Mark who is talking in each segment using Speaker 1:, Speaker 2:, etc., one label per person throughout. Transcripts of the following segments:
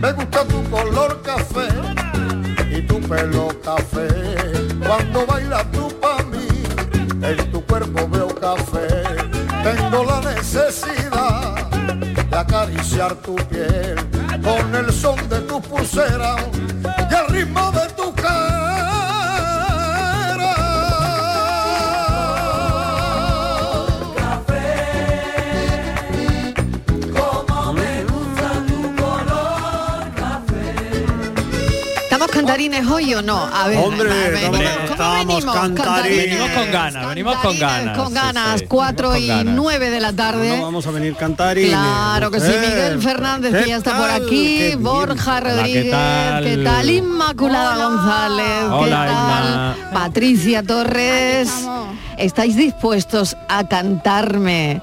Speaker 1: Me gusta tu color café y tu pelo café. Cuando bailas tú para mí, en tu cuerpo veo café. Tengo la necesidad de acariciar tu piel con el son de tus pulseras y el ritmo de tu
Speaker 2: Como me gusta tu color café.
Speaker 3: ¿Estamos cantarines hoy o no? A ver, a ver, ¿cómo venimos, cantarines?
Speaker 4: Venimos con ganas, venimos con ganas.
Speaker 3: Con ganas,
Speaker 4: sí.
Speaker 3: 4
Speaker 4: Venimos con
Speaker 3: y
Speaker 4: ganas.
Speaker 3: 9 de la tarde.
Speaker 4: No vamos a venir cantarines.
Speaker 3: Claro que sí,
Speaker 4: Eh,
Speaker 3: Miguel Fernández que
Speaker 4: ¿qué
Speaker 3: ya está por
Speaker 4: tal? Qué
Speaker 3: aquí,
Speaker 4: bien.
Speaker 3: Borja
Speaker 4: Hola, ¿qué
Speaker 3: Rodríguez, ¿qué tal?
Speaker 4: tal?
Speaker 3: Inmaculada González, ¿qué
Speaker 4: Hola,
Speaker 3: tal? Patricia Torres. ¿Estáis dispuestos a cantarme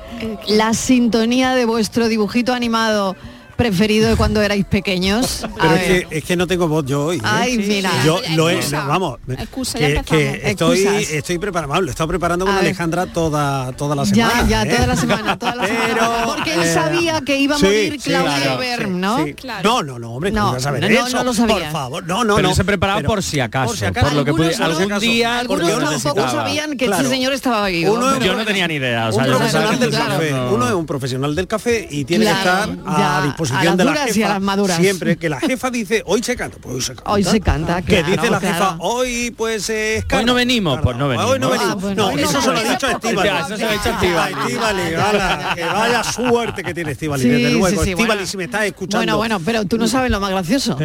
Speaker 3: la sintonía de vuestro dibujito animado preferido de cuando erais pequeños? A
Speaker 5: Pero
Speaker 3: ver.
Speaker 5: es que, es que no tengo voz yo hoy. ¿eh?
Speaker 3: Ay, Sí, sí, mira. sí.
Speaker 5: Yo
Speaker 3: Ya,
Speaker 5: lo he,
Speaker 3: excusa.
Speaker 5: no, vamos,
Speaker 3: Excusa, ya
Speaker 5: que,
Speaker 3: empezamos.
Speaker 5: que estoy,
Speaker 3: Excusas.
Speaker 5: estoy preparado, lo he estado preparando con
Speaker 3: A ver.
Speaker 5: Alejandra toda, toda la
Speaker 3: Ya,
Speaker 5: semana.
Speaker 3: ya,
Speaker 5: ¿eh?
Speaker 3: toda la semana, toda la semana. Porque él
Speaker 5: eh,
Speaker 3: sabía que iba a
Speaker 5: sí,
Speaker 3: morir
Speaker 5: sí,
Speaker 3: Claudio
Speaker 4: Ah,
Speaker 5: claro,
Speaker 3: Verm,
Speaker 5: sí,
Speaker 3: ¿no?
Speaker 5: sí. No, no, no, hombre,
Speaker 3: No,
Speaker 5: no, ibas a saber
Speaker 3: no, no,
Speaker 5: eso?
Speaker 3: no lo sabía.
Speaker 5: Por favor, no, no,
Speaker 4: Pero
Speaker 5: no.
Speaker 4: se preparaba
Speaker 5: Pero-
Speaker 4: por si acaso, por, lo que
Speaker 3: Algunos
Speaker 4: pudiera.
Speaker 3: no-
Speaker 4: Algún día
Speaker 3: algunos
Speaker 4: porque lo
Speaker 3: tampoco
Speaker 4: necesitaba.
Speaker 3: sabían que
Speaker 5: Claro.
Speaker 3: este señor estaba vivo.
Speaker 5: Uno es
Speaker 4: Yo no tenía ni idea. O sea,
Speaker 5: un
Speaker 4: yo
Speaker 5: profesional
Speaker 4: pensaba
Speaker 5: del
Speaker 4: que-
Speaker 5: café.
Speaker 4: no.
Speaker 5: Uno es un profesional del café y tiene
Speaker 3: Claro,
Speaker 5: que estar a
Speaker 3: ya,
Speaker 5: disposición
Speaker 3: a las
Speaker 5: de la
Speaker 3: duras y
Speaker 5: jefa.
Speaker 3: a las maduras.
Speaker 5: Siempre que la jefa dice, hoy se canta, pues hoy se canta.
Speaker 3: Hoy se canta,
Speaker 5: Que
Speaker 3: claro,
Speaker 5: dice la
Speaker 3: claro.
Speaker 5: jefa, hoy pues eh, es
Speaker 4: Hoy no venimos, pues no venimos.
Speaker 5: Hoy no venimos.
Speaker 3: bueno,
Speaker 5: no,
Speaker 3: hoy no
Speaker 5: eso se lo ha
Speaker 3: venimos.
Speaker 5: dicho a
Speaker 4: Ya,
Speaker 5: Estivali.
Speaker 4: eso se lo ha dicho a Estíbaliz.
Speaker 5: que vaya suerte que tiene Estivali,
Speaker 3: Sí,
Speaker 5: desde
Speaker 3: sí,
Speaker 5: luego.
Speaker 3: sí,
Speaker 5: Estivali,
Speaker 3: bueno.
Speaker 5: si me estás escuchando.
Speaker 3: Bueno, bueno, pero tú no sabes lo más gracioso.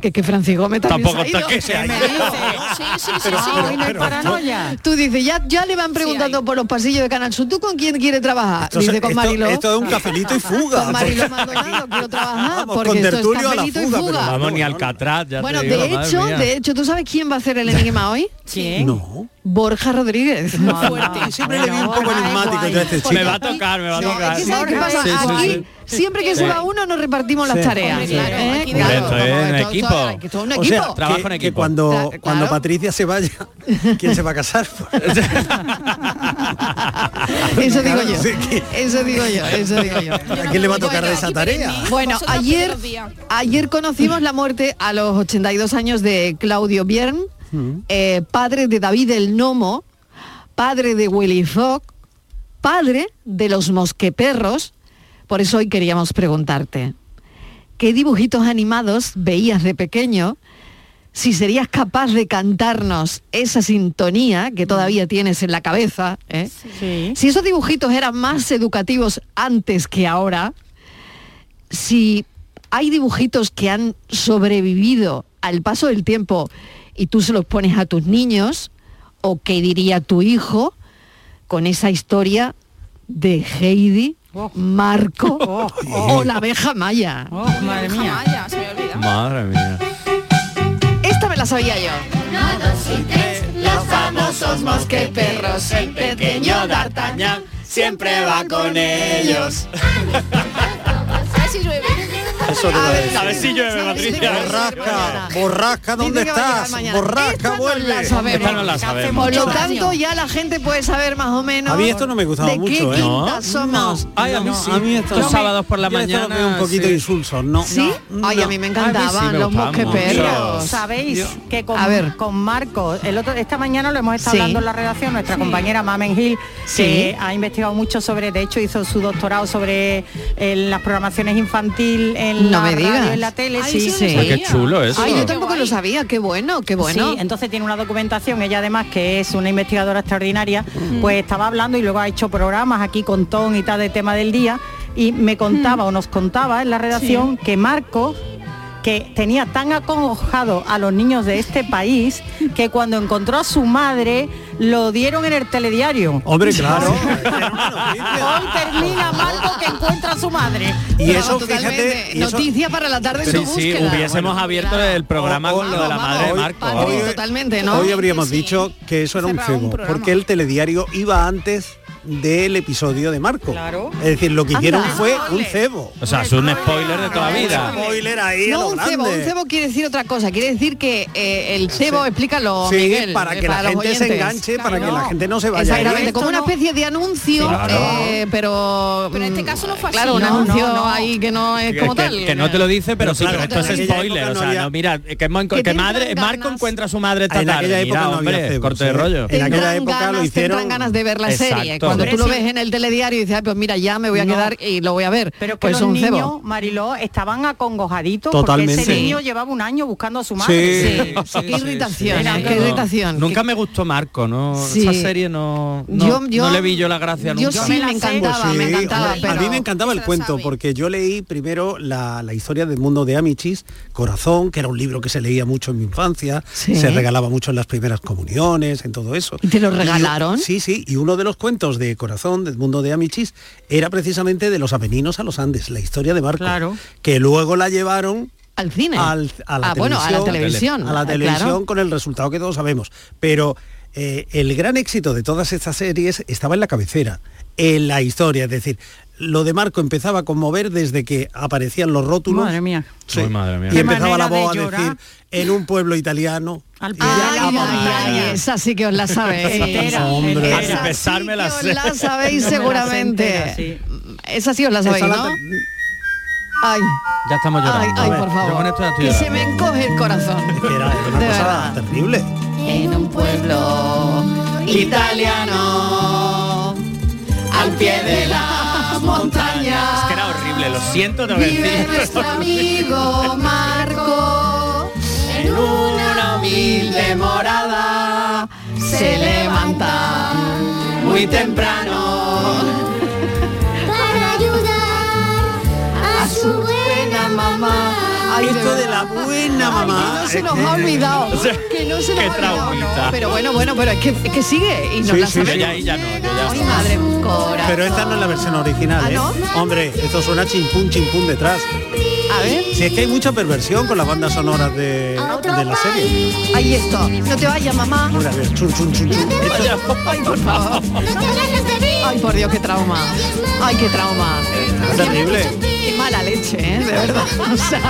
Speaker 3: Que, que Francis Gómez también
Speaker 4: Tampoco
Speaker 3: se ha
Speaker 4: está
Speaker 3: ido.
Speaker 4: que se ha ido.
Speaker 6: Sí, sí, sí,
Speaker 5: Pero-
Speaker 6: sí.
Speaker 5: pero-
Speaker 6: hoy no hay
Speaker 5: pero-
Speaker 6: paranoia.
Speaker 3: Tú dices, ya, ya le van preguntando por los pasillos de Canal Sur, ¿tú con quién quiere trabajar?
Speaker 5: Entonces,
Speaker 3: Dice, con
Speaker 5: esto-
Speaker 3: Mariló.
Speaker 5: Esto es un cafelito y fuga.
Speaker 3: Con Mariló
Speaker 5: porque-
Speaker 3: Maldonado quiero trabajar,
Speaker 5: Vamos,
Speaker 3: porque
Speaker 5: con
Speaker 3: esto es
Speaker 5: tertulio a la
Speaker 3: cafelito y
Speaker 5: fuga, pero
Speaker 3: fuga.
Speaker 4: Vamos, ni
Speaker 5: Bueno,
Speaker 4: Alcatraz, ya
Speaker 3: Bueno,
Speaker 4: te digo,
Speaker 3: de
Speaker 4: madre
Speaker 3: hecho,
Speaker 4: mía.
Speaker 3: de hecho, ¿tú sabes quién va a hacer el enigma hoy?
Speaker 6: ¿Quién?
Speaker 5: No.
Speaker 3: Borja Rodríguez.
Speaker 6: Fuerte.
Speaker 5: Siempre le vi un poco enigmático yo a este chico.
Speaker 4: Me va a tocar, me va a
Speaker 3: No,
Speaker 4: tocar.
Speaker 3: es que ¿sabes qué pasa?
Speaker 4: Sí, sí, sí.
Speaker 3: Aquí siempre que se va uno nos repartimos las
Speaker 5: Sí.
Speaker 3: tareas.
Speaker 6: Hombre, claro,
Speaker 3: ¿eh?
Speaker 6: aquí
Speaker 3: Claro,
Speaker 4: Esto
Speaker 3: como
Speaker 4: es un
Speaker 3: esto-
Speaker 4: equipo.
Speaker 3: esto- esto es un
Speaker 5: O
Speaker 3: equipo.
Speaker 5: sea,
Speaker 4: Trabajo
Speaker 5: que,
Speaker 4: en
Speaker 5: que
Speaker 4: equipo.
Speaker 5: cuando,
Speaker 3: Cla- claro.
Speaker 5: cuando Patricia se vaya, ¿quién se va a casar?
Speaker 3: Eso digo
Speaker 5: Claro,
Speaker 3: yo.
Speaker 5: sí, que-
Speaker 3: Eso digo yo, eso digo yo.
Speaker 5: ¿A quién le va a tocar de esa tarea?
Speaker 3: Bueno,
Speaker 6: Vosotras
Speaker 3: ayer,
Speaker 6: todos los días.
Speaker 3: ayer conocimos la muerte a los 82 años de Claudio Biern, eh, padre de David el Nomo, padre de Willy Fogg, padre de los mosqueperros. Por eso hoy queríamos preguntarte, ¿qué dibujitos animados veías de pequeño? Si serías capaz de cantarnos esa sintonía que todavía tienes en la cabeza, ¿eh?
Speaker 6: Sí.
Speaker 3: si esos dibujitos eran más educativos antes que ahora, si hay dibujitos que han sobrevivido al paso del tiempo y tú se los pones a tus niños, o qué diría tu hijo con esa historia de Heidi,
Speaker 5: Oh.
Speaker 3: Marco o la abeja maya.
Speaker 6: Oh, madre mía. Vaya, se me olvida.
Speaker 4: Madre mía.
Speaker 3: Esta me la sabía yo.
Speaker 7: Los famosos mosqueperros, el pequeño D'Artagnan siempre va con ellos.
Speaker 5: Eso te
Speaker 3: A
Speaker 5: va a
Speaker 3: ver,
Speaker 5: decir.
Speaker 4: A ver si llueve, Patricia.
Speaker 5: Borrasca, borrasca, ¿dónde
Speaker 3: Dice que va a llegar
Speaker 5: estás?
Speaker 3: mañana. Esta
Speaker 5: Borrasca,
Speaker 3: no la
Speaker 5: vuelve.
Speaker 3: sabemos.
Speaker 4: Esta no la sabemos.
Speaker 3: Por lo
Speaker 6: Mucho
Speaker 3: tanto,
Speaker 6: daño.
Speaker 3: ya la gente puede saber más o menos.
Speaker 5: A mí esto no me gustaba
Speaker 3: de
Speaker 5: mucho,
Speaker 3: qué quinta
Speaker 5: ¿eh? No,
Speaker 3: somos.
Speaker 4: Ay, a mí sí. Los sábados por la
Speaker 5: Yo esto lo
Speaker 4: mañana.
Speaker 5: veo un poquito
Speaker 4: sí.
Speaker 5: insulso, ¿no?
Speaker 3: ¿Sí?
Speaker 5: no,
Speaker 3: Ay, a mí me encantaban
Speaker 4: A mí sí me
Speaker 3: los
Speaker 4: gustaban
Speaker 3: mosqueperros.
Speaker 8: Sabéis que con,
Speaker 3: A ver.
Speaker 8: con Marco, el otro, esta mañana lo hemos estado
Speaker 3: Sí.
Speaker 8: hablando en la redacción, nuestra compañera Mamen Gil,
Speaker 3: Sí.
Speaker 8: que ha investigado mucho sobre, de hecho hizo su doctorado sobre eh, las programaciones infantil en la
Speaker 3: No me digas.
Speaker 8: radio, en la tele,
Speaker 3: Ay,
Speaker 8: sí,
Speaker 3: eso no
Speaker 8: sí.
Speaker 3: sabía.
Speaker 4: Qué chulo eso.
Speaker 3: Ay, yo
Speaker 4: Qué
Speaker 3: tampoco lo sabía. Qué bueno, qué bueno.
Speaker 8: Sí, entonces tiene una documentación, ella además que es una investigadora extraordinaria,
Speaker 3: Mm.
Speaker 8: pues estaba hablando y luego ha hecho programas aquí con Tom y tal de tema del día y me contaba o nos contaba en la redacción que Marco que tenía tan acongojado a los niños de este país que cuando encontró a su madre lo dieron en el telediario.
Speaker 3: Oh.
Speaker 5: Hombre, claro.
Speaker 8: Hoy termina Marco que encuentra a su madre.
Speaker 5: Y eso, fíjate, y eso-
Speaker 3: Noticia para la tarde en
Speaker 4: Sí,
Speaker 3: tu
Speaker 4: sí,
Speaker 3: búsqueda.
Speaker 4: hubiésemos abierto el programa con lo de la madre de Marco.
Speaker 3: Padre,
Speaker 4: vamos.
Speaker 3: totalmente, ¿no?
Speaker 5: eh, Hoy habríamos dicho que eso era un
Speaker 3: Cerraba un
Speaker 5: cebo,
Speaker 3: programa.
Speaker 5: porque el telediario iba antes del episodio de Marco.
Speaker 8: Claro.
Speaker 5: Es decir, lo que
Speaker 8: Anda.
Speaker 5: hicieron fue un cebo.
Speaker 4: O sea, es un spoiler de toda vida.
Speaker 5: Spoiler ahí a
Speaker 3: no,
Speaker 5: lo
Speaker 3: un cebo,
Speaker 5: grande.
Speaker 3: un cebo quiere decir otra cosa, quiere decir que eh, el cebo, explícalo,
Speaker 5: Sí,
Speaker 3: Miguel,
Speaker 5: para
Speaker 3: eh,
Speaker 5: que la
Speaker 3: los
Speaker 5: gente se
Speaker 3: oyentes.
Speaker 5: enganche, para que la gente no se vaya.
Speaker 3: Exactamente,
Speaker 5: Esto
Speaker 3: como una
Speaker 5: no-
Speaker 3: especie de anuncio,
Speaker 5: Claro.
Speaker 3: eh, pero... mm,
Speaker 6: Pero en este caso no fue así.
Speaker 3: Claro, un
Speaker 6: ¿no?
Speaker 3: anuncio
Speaker 6: No, no.
Speaker 3: ahí que no es
Speaker 4: Que-
Speaker 3: como
Speaker 4: que,
Speaker 3: tal.
Speaker 4: que no te lo dice, pero, sí,
Speaker 5: claro,
Speaker 4: pero esto
Speaker 5: en
Speaker 4: es
Speaker 5: aquella
Speaker 4: spoiler.
Speaker 5: época
Speaker 4: O
Speaker 5: no
Speaker 4: sea,
Speaker 5: había-
Speaker 4: no, mira, que, mon-
Speaker 3: Que
Speaker 4: que
Speaker 3: te
Speaker 4: madre,
Speaker 3: entran
Speaker 4: Marco
Speaker 3: ganas.
Speaker 4: encuentra a su madre esta
Speaker 5: En
Speaker 4: tarde.
Speaker 5: aquella época
Speaker 4: Mira,
Speaker 5: no había
Speaker 4: hombre,
Speaker 5: cebos,
Speaker 4: corte de
Speaker 5: ¿eh?
Speaker 4: rollo.
Speaker 5: En aquella
Speaker 3: Tendrán
Speaker 5: época lo
Speaker 3: ganas,
Speaker 5: hicieron-
Speaker 3: tendrán ganas de ver la serie.
Speaker 4: Exacto.
Speaker 3: Cuando tú lo
Speaker 8: Hombre, sí.
Speaker 3: ves en el telediario y dices, "Ay, pues mira, ya me voy a
Speaker 8: No.
Speaker 3: quedar y lo voy a ver.
Speaker 8: Pero que
Speaker 3: pues
Speaker 8: los
Speaker 3: un
Speaker 8: niños,
Speaker 3: cebo.
Speaker 8: Mariló, estaban acongojaditos
Speaker 5: Totalmente.
Speaker 8: porque ese
Speaker 3: Sí.
Speaker 8: niño llevaba un año buscando a su
Speaker 5: Sí.
Speaker 8: madre.
Speaker 3: Sí, qué irritación,
Speaker 8: sí,
Speaker 3: ¿eh?
Speaker 8: sí.
Speaker 3: qué irritación.
Speaker 4: Nunca
Speaker 3: Qué-
Speaker 4: me gustó Marco, ¿no?
Speaker 3: Sí.
Speaker 4: Esa serie no, no,
Speaker 3: Yo- yo-
Speaker 4: no le vi yo la gracia
Speaker 3: yo
Speaker 4: nunca.
Speaker 3: sí
Speaker 8: Yo
Speaker 3: me
Speaker 8: me la sé.
Speaker 3: encantaba,
Speaker 5: Pues
Speaker 3: me
Speaker 5: sí,
Speaker 3: encantaba,
Speaker 5: hombre,
Speaker 3: pero...
Speaker 5: a mí me encantaba el
Speaker 6: Esa la
Speaker 5: cuento
Speaker 6: sabe.
Speaker 5: porque yo leí primero la, la historia del mundo de Amichis, Corazón, que era un libro que se leía mucho en mi infancia,
Speaker 3: Sí.
Speaker 5: se regalaba mucho en las primeras comuniones, en todo eso.
Speaker 3: ¿Y te lo
Speaker 5: un-
Speaker 3: regalaron?
Speaker 5: sí, sí, y uno de los cuentos de Corazón, del mundo de Amichis, era precisamente de los Apeninos a los Andes, la historia de Marco,
Speaker 8: Claro.
Speaker 5: que luego la llevaron
Speaker 3: Al cine.
Speaker 5: al- a la
Speaker 3: Ah, bueno, a la televisión.
Speaker 5: a la
Speaker 3: ah, claro.
Speaker 5: televisión con el resultado que todos sabemos. Pero eh, el gran éxito de todas estas series estaba en la cabecera, en la historia. Es decir, lo de Marco empezaba a conmover desde que aparecían los rótulos.
Speaker 8: Madre mía.
Speaker 5: Sí.
Speaker 4: Uy, madre mía.
Speaker 5: Y
Speaker 8: Qué
Speaker 5: empezaba la
Speaker 8: manera de
Speaker 5: voz a
Speaker 8: llorar.
Speaker 5: decir, en un pueblo italiano.
Speaker 8: Al
Speaker 5: y ya
Speaker 8: pueblo
Speaker 5: la
Speaker 3: Ay, ay,
Speaker 5: montaña.
Speaker 3: ay, esa sí que os la sabéis.
Speaker 8: Entera,
Speaker 5: Hombre.
Speaker 8: entera.
Speaker 4: Ay,
Speaker 3: Esa sí
Speaker 4: empezarme
Speaker 3: que
Speaker 4: la
Speaker 3: os
Speaker 4: sé.
Speaker 3: la sabéis
Speaker 8: No me la sé entera,
Speaker 3: seguramente.
Speaker 8: sí.
Speaker 3: Esa sí os la
Speaker 5: Esa
Speaker 3: sabéis,
Speaker 5: la-
Speaker 3: ¿no? Ay,
Speaker 4: Ya estamos
Speaker 3: ay,
Speaker 4: llorando.
Speaker 3: ay,
Speaker 4: A ver,
Speaker 3: por
Speaker 4: Yo con
Speaker 3: favor.
Speaker 4: esto ya estoy
Speaker 3: Y se
Speaker 4: llorando.
Speaker 3: me encoge el corazón.
Speaker 5: que era una
Speaker 3: De
Speaker 5: cosa
Speaker 3: verdad.
Speaker 5: terrible.
Speaker 3: En un pueblo italiano, al pie de las montañas.
Speaker 4: Es que era horrible, lo siento, tengo que
Speaker 3: Vive
Speaker 4: decir.
Speaker 3: nuestro amigo Marco en una humilde morada. Se levanta muy temprano
Speaker 7: Para ayudar a su buena mamá.
Speaker 3: Ay, de
Speaker 5: Esto de la
Speaker 3: verdad.
Speaker 5: buena
Speaker 3: Ay,
Speaker 5: mamá.
Speaker 3: que no se nos ha olvidado. Que no se nos
Speaker 4: qué
Speaker 3: ha olvidado.
Speaker 4: traumita.
Speaker 3: Pero bueno, bueno, pero es que, es que sigue y nos
Speaker 5: Sí,
Speaker 3: la
Speaker 5: sí,
Speaker 4: Yo
Speaker 3: sabemos.
Speaker 4: ya ahí ya no, yo ya
Speaker 3: Ay, madre, corazón.
Speaker 5: Pero esta no es la versión original,
Speaker 3: Ah,
Speaker 5: ¿eh?
Speaker 3: ¿no?
Speaker 5: Hombre, esto suena chimpún, chimpún detrás.
Speaker 3: A ver.
Speaker 5: Si es que hay mucha perversión con las bandas sonoras
Speaker 3: eh,
Speaker 5: de, de la serie.
Speaker 3: Ahí esto. No te vayas, mamá.
Speaker 5: Hombre, a ver, chun, chun, chun, chun. Esto-
Speaker 3: Ay, por favor.
Speaker 7: No te alejes de mí.
Speaker 3: Ay, por Dios, qué trauma. Ay, qué trauma.
Speaker 5: Es terrible.
Speaker 3: Qué mala leche, ¿eh? De verdad. O sea,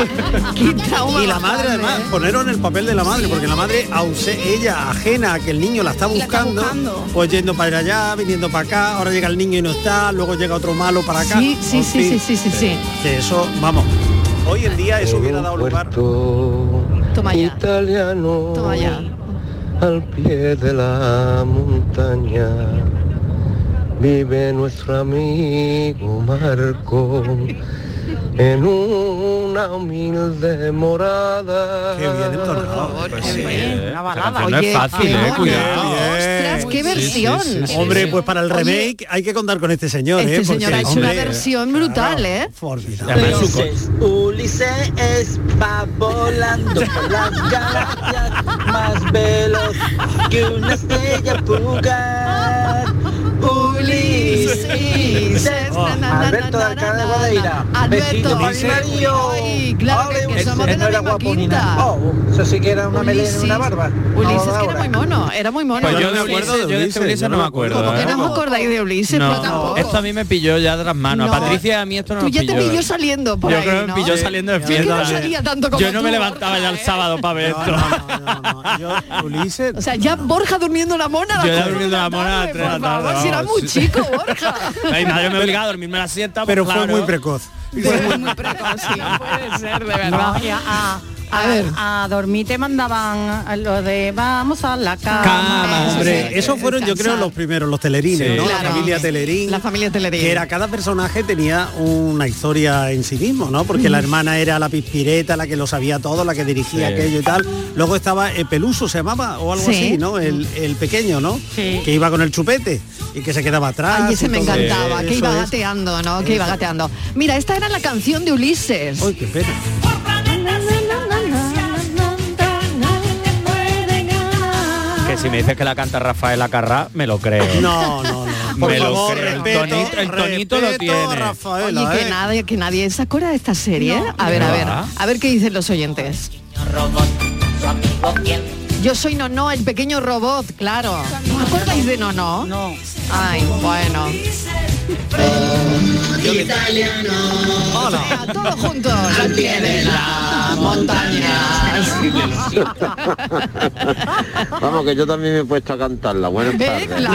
Speaker 3: qué trauma. ¿eh?
Speaker 5: Y la madre
Speaker 3: más grande,
Speaker 5: además, poneron el papel de la madre, porque la madre, ausé- ella ajena a que el niño la está buscando,
Speaker 6: buscando.
Speaker 5: pues yendo para allá, viniendo para acá, ahora llega el niño y no está, luego llega otro malo para
Speaker 3: ¿eh?
Speaker 5: acá.
Speaker 3: Sí, sí,
Speaker 5: En
Speaker 3: sí, sí,
Speaker 5: fin,
Speaker 3: sí, sí, sí.
Speaker 5: Que eso, vamos, hoy en día eso hubiera dado lugar.
Speaker 3: Toma ya.
Speaker 9: italiano
Speaker 3: Toma ya.
Speaker 9: al pie de la montaña vive nuestro amigo Marco en una humilde morada.
Speaker 5: Qué bien entonado. Pues sí.
Speaker 8: Una balada.
Speaker 4: canción no es
Speaker 3: Oye,
Speaker 4: fácil,
Speaker 3: qué
Speaker 4: eh, cuidado.
Speaker 3: bonito. Ostras, qué versión.
Speaker 5: Hombre, pues para el remake hay que contar con este señor,
Speaker 3: Este
Speaker 5: ¿eh? Porque,
Speaker 3: señor ha hecho
Speaker 5: hombre,
Speaker 3: una versión brutal,
Speaker 5: claro,
Speaker 3: ¿eh?
Speaker 5: formidable.
Speaker 4: Además, su co-
Speaker 9: Ulises va volando por las galaxias más veloz que una estrella fugaz.
Speaker 3: Ulises, na, na, na,
Speaker 9: Alberto de
Speaker 3: na,
Speaker 9: Alcalá de
Speaker 3: na,
Speaker 9: Guadaira.
Speaker 3: na. Alberto,
Speaker 9: Vecino
Speaker 3: ay,
Speaker 9: Mario.
Speaker 3: ay, claro que, que
Speaker 9: Ese
Speaker 3: somos de
Speaker 9: no
Speaker 3: la
Speaker 9: era
Speaker 3: misma
Speaker 9: guapo ni
Speaker 3: quinta.
Speaker 9: nada. Oh, eso sí que era una melena y
Speaker 3: Ulises-
Speaker 9: una barba. No,
Speaker 3: Ulises que era
Speaker 9: ahora.
Speaker 3: muy mono, era muy mono.
Speaker 4: Pues
Speaker 5: Yo
Speaker 4: yo
Speaker 5: no
Speaker 4: de
Speaker 5: me acuerdo de
Speaker 4: Ulises, yo de este
Speaker 5: Ulises, yo
Speaker 4: Ulises
Speaker 5: no
Speaker 4: no me
Speaker 5: me
Speaker 4: acuerdo.
Speaker 5: acuerdo.
Speaker 3: Como que
Speaker 4: ¿eh?
Speaker 3: no os acordáis de Ulises,
Speaker 4: No,
Speaker 3: Pues tampoco.
Speaker 4: esto a mí me pilló ya de las manos.
Speaker 3: No.
Speaker 4: A Patricia a mí esto no
Speaker 3: Tú
Speaker 4: nos
Speaker 3: ya te
Speaker 4: pilló.
Speaker 3: pilló saliendo por
Speaker 4: yo
Speaker 3: ahí,
Speaker 4: creo que me
Speaker 3: ¿no?
Speaker 4: pilló saliendo de
Speaker 3: Yo que
Speaker 4: fiesta.
Speaker 3: no salía tanto como
Speaker 4: Yo no
Speaker 3: tú,
Speaker 4: me levantaba
Speaker 3: Borja,
Speaker 4: ya el
Speaker 3: ¿eh?
Speaker 4: sábado para ver
Speaker 5: No,
Speaker 4: esto.
Speaker 5: no, no, no, yo, Ulises,
Speaker 3: O sea, ya Borja durmiendo la mona. a las
Speaker 4: Yo ya
Speaker 3: cuatro
Speaker 4: durmiendo
Speaker 3: de
Speaker 4: la mona a
Speaker 3: tarde,
Speaker 4: las tres de la
Speaker 3: por favor,
Speaker 4: tarde,
Speaker 3: Si era
Speaker 4: vamos.
Speaker 3: muy chico, Borja.
Speaker 4: Ay, madre, me obligaba a dormirme la pues sienta.
Speaker 5: pero fue muy precoz.
Speaker 3: Fue muy precoz, sí, no puede ser, de verdad.
Speaker 8: No, y a, a-
Speaker 3: A
Speaker 8: a-
Speaker 3: ver.
Speaker 8: a dormir te mandaban a lo de vamos a la cama.
Speaker 3: Cama,
Speaker 8: Eso
Speaker 5: Hombre,
Speaker 3: sí,
Speaker 5: esos
Speaker 3: sí,
Speaker 5: fueron yo creo
Speaker 3: descansar.
Speaker 5: los primeros, los telerines,
Speaker 4: Sí.
Speaker 5: ¿no?
Speaker 3: Claro.
Speaker 5: La familia Telerín.
Speaker 3: La familia Telerín.
Speaker 5: Que era cada personaje tenía una historia en sí mismo, ¿no? Porque la hermana era la pispireta, la que lo sabía todo, la que dirigía
Speaker 4: Sí.
Speaker 5: aquello y tal. Luego estaba eh, Peluso, se llamaba, o algo
Speaker 3: Sí.
Speaker 5: así, ¿no? El, el pequeño, ¿no?
Speaker 8: Sí.
Speaker 5: Que iba con el chupete y que se quedaba atrás.
Speaker 3: Ay, ese
Speaker 5: y
Speaker 3: me
Speaker 5: todo.
Speaker 3: encantaba,
Speaker 5: Sí,
Speaker 3: que
Speaker 5: eso
Speaker 3: iba
Speaker 5: es.
Speaker 3: gateando, ¿no? Que iba gateando. Mira, esta era la canción de Ulises.
Speaker 5: Ay, qué pena.
Speaker 4: Que si me dices que la canta Rafael Acarrá, me lo creo.
Speaker 5: No, no, no. Por
Speaker 4: me lo
Speaker 5: favor,
Speaker 4: creo.
Speaker 5: respeto,
Speaker 4: el tonito, el tonito lo
Speaker 5: respeto,
Speaker 4: tiene.
Speaker 5: Rafaela,
Speaker 3: Oye, que
Speaker 5: ¿eh?
Speaker 3: nadie, que nadie se acuerda de esta serie. ¿eh? a ver, a ver,
Speaker 4: ¿Verdad?
Speaker 3: a ver qué dicen los oyentes. Yo soy Nono, el pequeño robot, claro. ¿Os acordáis de Nono? No. Ay, bueno.
Speaker 2: Italiano.
Speaker 3: Hola. Todos juntos. Al pie de la montaña.
Speaker 10: Vamos, que yo también me he puesto a cantarla. Buenas tardes.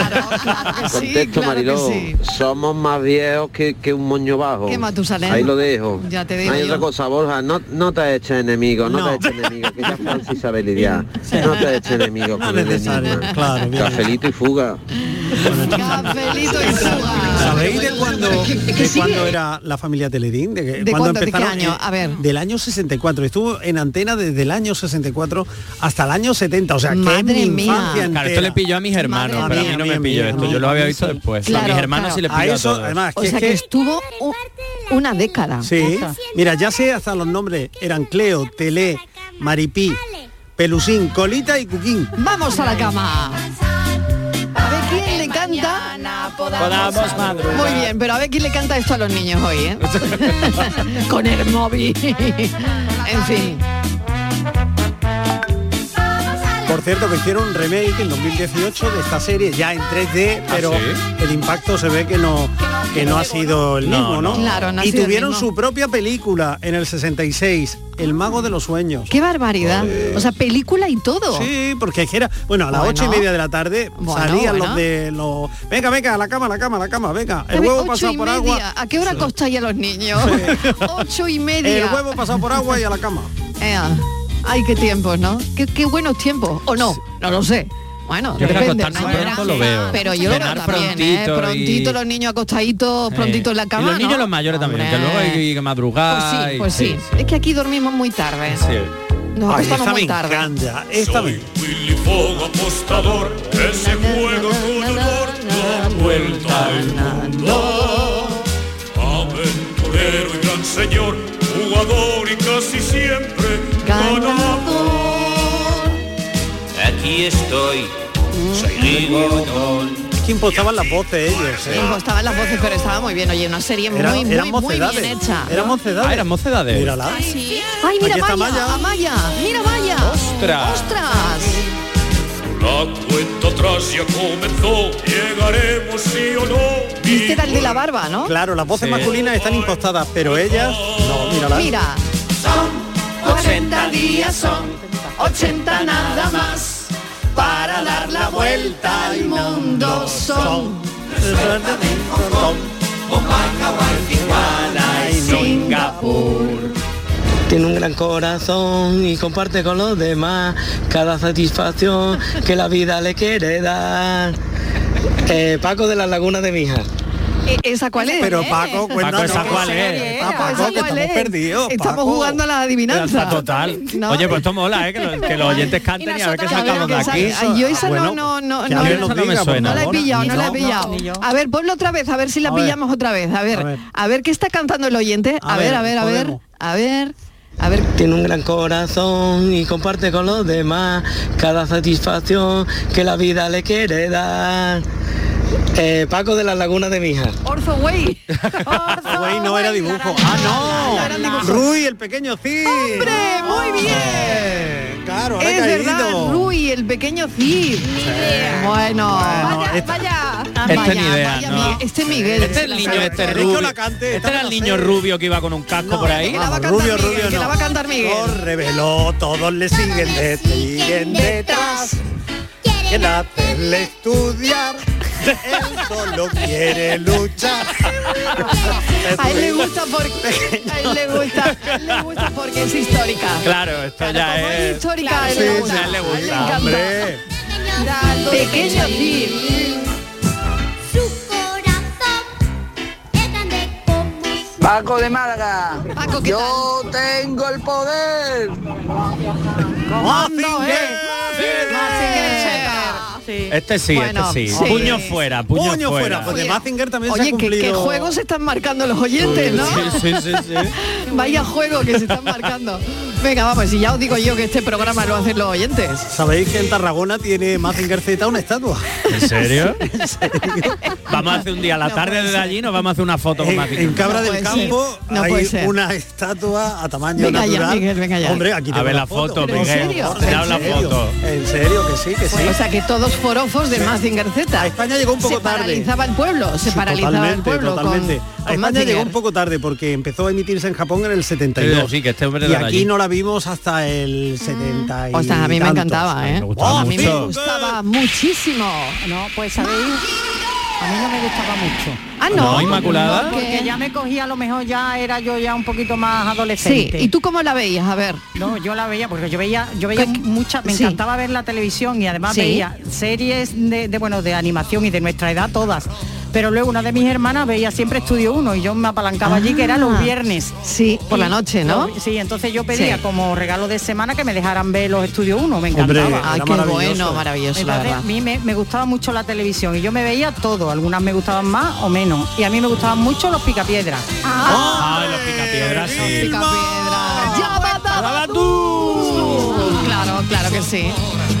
Speaker 10: Contesto, Mariló. Somos más viejos que, que un moño bajo.
Speaker 3: Que Matusalén.
Speaker 10: Ahí lo dejo.
Speaker 3: Ya te digo
Speaker 10: Hay
Speaker 3: yo.
Speaker 10: otra cosa, Borja. No, no te eches enemigo, no, te eches enemigo. Que ya Francis sabe lidiar. No te eches enemigo con el enigma. Cafelito y fuga.
Speaker 3: Cafelito y fuga.
Speaker 5: ¿Sabéis de cuándo, de
Speaker 3: sigue?
Speaker 5: cuándo era la familia Telerín? ¿De, que-
Speaker 3: ¿De
Speaker 5: cuándo
Speaker 3: cuándo? ¿De qué
Speaker 5: empezaron?
Speaker 3: año?
Speaker 5: Eh,
Speaker 3: A ver.
Speaker 5: Del año 64. Estuvo en antena desde el año 64 hasta el año 70. O sea, que
Speaker 4: Madre
Speaker 5: es mi
Speaker 4: mía. Claro,
Speaker 5: infancia
Speaker 4: esto
Speaker 5: entera.
Speaker 4: le pilló a mis hermanos, Madre pero a mí mía, no me pilló esto. Yo lo había visto después. A mis hermanos sí les pilló a
Speaker 5: eso,
Speaker 4: todos.
Speaker 5: además,
Speaker 3: O
Speaker 5: que
Speaker 3: sea
Speaker 5: es que-
Speaker 3: que estuvo u- una década.
Speaker 5: Sí, mira, ya sé hasta los nombres. Eran Cleo, Tele, Maripí, Pelusín, Colita y Cuquín.
Speaker 3: Vamos a la cama. A ver quién le canta.
Speaker 4: Podamos madrugar.
Speaker 3: Muy bien, pero a ver quién le canta esto a los niños hoy, ¿eh? Con el móvil. en fin.
Speaker 5: Por cierto, que hicieron un remake en 2018 de esta serie, ya en 3D,
Speaker 3: ¿Ah,
Speaker 5: pero
Speaker 4: sí?
Speaker 5: el impacto se ve que no, que no ha sido el
Speaker 4: No,
Speaker 5: mismo,
Speaker 4: no.
Speaker 5: ¿no?
Speaker 4: Claro, no ha
Speaker 5: y
Speaker 4: sido el
Speaker 5: tuvieron
Speaker 4: mismo.
Speaker 5: su propia película en el 66, El Mago de los Sueños.
Speaker 3: Qué barbaridad. O sea, película y todo.
Speaker 5: Sí, porque es que era, bueno, a las
Speaker 3: Bueno.
Speaker 5: ocho y media de la tarde
Speaker 3: Bueno,
Speaker 5: salían
Speaker 3: bueno.
Speaker 5: los de los, venga, venga, a la cama, a la cama, a la cama, venga, el
Speaker 3: A ver,
Speaker 5: huevo
Speaker 3: ocho
Speaker 5: pasado
Speaker 3: y
Speaker 5: por
Speaker 3: media.
Speaker 5: agua,
Speaker 3: ¿A qué hora acostáis a los niños? Ocho y media.
Speaker 5: el huevo pasado por agua y a la cama.
Speaker 3: Ea. Ay, qué tiempos, ¿no? Qué, qué buenos tiempos. O no, no lo sé. Bueno,
Speaker 4: Yo creo que
Speaker 3: depende.
Speaker 4: acostarse pronto lo veo.
Speaker 3: Pero yo lo veo
Speaker 4: Cenar
Speaker 3: también,
Speaker 4: prontito
Speaker 3: ¿eh?
Speaker 4: y-
Speaker 3: Prontito los niños acostaditos, prontito en la cama,
Speaker 4: Y los niños
Speaker 3: ¿no?
Speaker 4: los mayores también, que luego hay que madrugar.
Speaker 3: Pues sí,
Speaker 4: y-
Speaker 3: pues sí. Es que aquí dormimos muy tarde. Nos
Speaker 4: Ay,
Speaker 3: acostamos
Speaker 4: esta
Speaker 3: muy
Speaker 4: me
Speaker 3: tarde.
Speaker 5: Encanta, esta me-
Speaker 11: Willy Fogg apostador, ese juego su dolor da vuelta el mundo. Aventurero y gran señor, jugador y casi siempre ganador.
Speaker 12: Aquí estoy, soy Rigodón.
Speaker 5: Mm. Es que impostaban las voces ellos. ¿eh?
Speaker 3: Nos gustaban las voces, pero estaba muy bien. Oye, una serie
Speaker 5: Era-
Speaker 3: muy,
Speaker 5: eran
Speaker 3: muy, muy bien
Speaker 5: mocedades.
Speaker 3: hecha.
Speaker 5: Eran mocedades.
Speaker 4: Ah, eran mocedades.
Speaker 5: Mírala.
Speaker 3: Ay, mira,
Speaker 4: Aquí
Speaker 3: Maya,
Speaker 4: está Maya.
Speaker 3: Amaya, mira, Maya.
Speaker 4: Ostras.
Speaker 3: Ostras.
Speaker 11: La cuenta atrás ya comenzó, llegaremos sí o no.
Speaker 3: Este era el de la barba, ¿no?
Speaker 5: Claro, las voces
Speaker 11: Sí.
Speaker 5: masculinas están impostadas, pero ellas, no, mírala.
Speaker 3: Mira.
Speaker 2: Son 40 días, son 80 nada más. Para dar la vuelta al mundo son.
Speaker 9: Singapur. Tiene un gran corazón y comparte con los demás cada satisfacción que la vida le quiere dar. Eh, Paco de las Lagunas de Mija.
Speaker 3: E- ¿Esa cuál es?
Speaker 9: Pero, Paco, cuéntanos.
Speaker 3: ¿esa cuál es?
Speaker 9: Serie,
Speaker 3: Paco,
Speaker 9: Paco,
Speaker 3: ¿esa
Speaker 9: que
Speaker 3: cuál
Speaker 9: estamos
Speaker 3: es?
Speaker 9: perdidos,
Speaker 3: Estamos
Speaker 9: Paco.
Speaker 3: jugando a la
Speaker 4: Ya
Speaker 3: adivinanza.
Speaker 4: está total.
Speaker 3: No.
Speaker 4: Oye, pues esto mola, ¿eh? que, lo- que los oyentes canten y a ver qué sacamos de
Speaker 3: Esa-
Speaker 4: aquí.
Speaker 3: ay, yo esa
Speaker 4: Bueno,
Speaker 3: no, no, no,
Speaker 4: que a
Speaker 3: no,
Speaker 4: mí
Speaker 3: no,
Speaker 4: esa no me
Speaker 3: no
Speaker 4: suena.
Speaker 3: la he pillado, no,
Speaker 4: Ni
Speaker 3: la he
Speaker 4: yo.
Speaker 3: pillado. a ver, ponlo otra vez, a ver si la
Speaker 4: A ver.
Speaker 3: pillamos otra vez. A ver, a ver, qué está cantando el oyente. A,
Speaker 9: A
Speaker 3: ver,
Speaker 9: ver,
Speaker 3: a ver, a ver,
Speaker 9: podemos.
Speaker 3: a ver.
Speaker 9: Tiene un gran corazón y comparte con los demás cada satisfacción que la vida le quiere dar. Eh, Paco de las Lagunas de Mija.
Speaker 3: Orzo Way. Oh,
Speaker 5: Güey, no era dibujo. Ah, no. Rui, el pequeño Cid.
Speaker 3: ¡Hombre, muy bien!
Speaker 5: Claro, ahora
Speaker 3: Es
Speaker 5: he
Speaker 3: verdad,
Speaker 5: caído.
Speaker 3: Rui, el pequeño Cid. Bueno, vaya, vaya.
Speaker 4: Este ni idea,
Speaker 3: vaya,
Speaker 4: ¿no?
Speaker 3: Miguel, este Miguel.
Speaker 4: Este es el niño, este rubio. Este era el niño rubio que iba con un casco por ahí.
Speaker 5: Rubio, rubio, no.
Speaker 3: que la va a cantar Miguel.
Speaker 5: Corre, veló, todos le siguen, le siguen detrás. Quieren hacerle estudiar. Él solo quiere luchar.
Speaker 3: A él le gusta porque a él le gusta, a él le gusta porque es histórica.
Speaker 4: Claro, esto ya
Speaker 3: Como es
Speaker 4: es.
Speaker 3: histórica, a él
Speaker 4: Sí,
Speaker 3: le
Speaker 4: sí,
Speaker 3: gusta.
Speaker 4: a él
Speaker 3: A
Speaker 4: le
Speaker 3: él le
Speaker 4: gusta.
Speaker 3: encanta.
Speaker 4: Hombre.
Speaker 3: Pequeño Cid.
Speaker 13: Paco de Málaga.
Speaker 3: Paco, ¿qué
Speaker 13: Yo tengo el poder.
Speaker 3: Mazinger. Mazinger Shepherd.
Speaker 4: Este sí,
Speaker 3: Bueno,
Speaker 4: este sí.
Speaker 3: sí.
Speaker 4: Puño fuera, puño,
Speaker 5: Puño fuera,
Speaker 4: fuera.
Speaker 5: pues de Mazinger también se
Speaker 3: Oye,
Speaker 5: ha
Speaker 3: que,
Speaker 5: cumplido.
Speaker 3: que juegos están marcando los oyentes, ¿no?
Speaker 4: Sí, sí, sí, sí.
Speaker 3: Vaya juego que se están marcando. Venga, vamos, y ya os digo yo que este programa lo hacen los oyentes.
Speaker 5: ¿Sabéis que en Tarragona tiene Mazinger Z una estatua?
Speaker 4: ¿En serio? Vamos a hacer un día a la tarde desde allí, nos vamos a hacer una foto con
Speaker 5: En,
Speaker 4: Mazinger.
Speaker 5: en Cabra del Campo
Speaker 3: no puede
Speaker 5: hay
Speaker 3: ser.
Speaker 5: una estatua a tamaño
Speaker 3: Venga ya,
Speaker 5: natural.
Speaker 3: Miguel, venga ya.
Speaker 5: Hombre, aquí
Speaker 4: A
Speaker 5: tengo
Speaker 4: ver la foto,
Speaker 3: ¿En
Speaker 4: Miguel.
Speaker 5: Miguel.
Speaker 3: serio?
Speaker 5: Te
Speaker 4: ¿En
Speaker 5: la
Speaker 4: serio?
Speaker 5: foto. En serio, que sí, que sí.
Speaker 3: O sea que todos forofos de Mazinger Z. España llegó un
Speaker 5: poco
Speaker 3: se
Speaker 5: tarde.
Speaker 3: paralizaba el pueblo, se paralizaba el
Speaker 5: Totalmente,
Speaker 3: pueblo con-
Speaker 5: totalmente.
Speaker 3: con,
Speaker 5: a España
Speaker 3: Mazinger.
Speaker 5: llegó un poco tarde porque empezó a emitirse en Japón en el 72.
Speaker 4: Sí, sí, que este hombre
Speaker 5: y
Speaker 4: era de
Speaker 5: aquí
Speaker 4: allí.
Speaker 5: no la vimos hasta el 70 y
Speaker 3: O sea, Mm. a mí me
Speaker 5: tantos.
Speaker 3: encantaba, ¿eh?
Speaker 5: gustaba
Speaker 3: a mí me
Speaker 5: mucho.
Speaker 3: gustaba muchísimo.
Speaker 8: No, pues sabéis, a mí no me gustaba mucho.
Speaker 3: Ah, no. No, Inmaculada.
Speaker 8: No, porque ya me cogía, a lo mejor ya era yo ya un poquito más
Speaker 3: Sí,
Speaker 8: adolescente.
Speaker 3: ¿y tú cómo la veías? A ver.
Speaker 8: No, yo la veía porque yo veía, yo veía
Speaker 3: ¿Qué-
Speaker 8: muchas, me
Speaker 3: sí.
Speaker 8: encantaba ver la televisión y además
Speaker 3: Sí.
Speaker 8: veía series de, de, bueno de animación y de nuestra edad todas. Pero luego una de mis hermanas veía siempre Estudio 1 y yo me apalancaba allí que era los
Speaker 3: Ah,
Speaker 8: viernes.
Speaker 3: Sí, por la
Speaker 8: Y
Speaker 3: noche, ¿no?
Speaker 8: los- sí, entonces yo pedía
Speaker 3: Sí.
Speaker 8: como regalo de semana que me dejaran ver los Estudio 1, me
Speaker 3: Hombre,
Speaker 8: encantaba.
Speaker 3: era Ay, qué maravilloso. bueno, maravilloso, la
Speaker 8: Entonces,
Speaker 3: verdad.
Speaker 8: a mí me, me gustaba mucho la televisión y yo me veía todo, algunas me gustaban más o menos. Y a mí me gustaban mucho los picapiedras.
Speaker 4: Ah, los picapiedras, sí.
Speaker 3: ¡Ya mataba tú! Claro, claro que sí.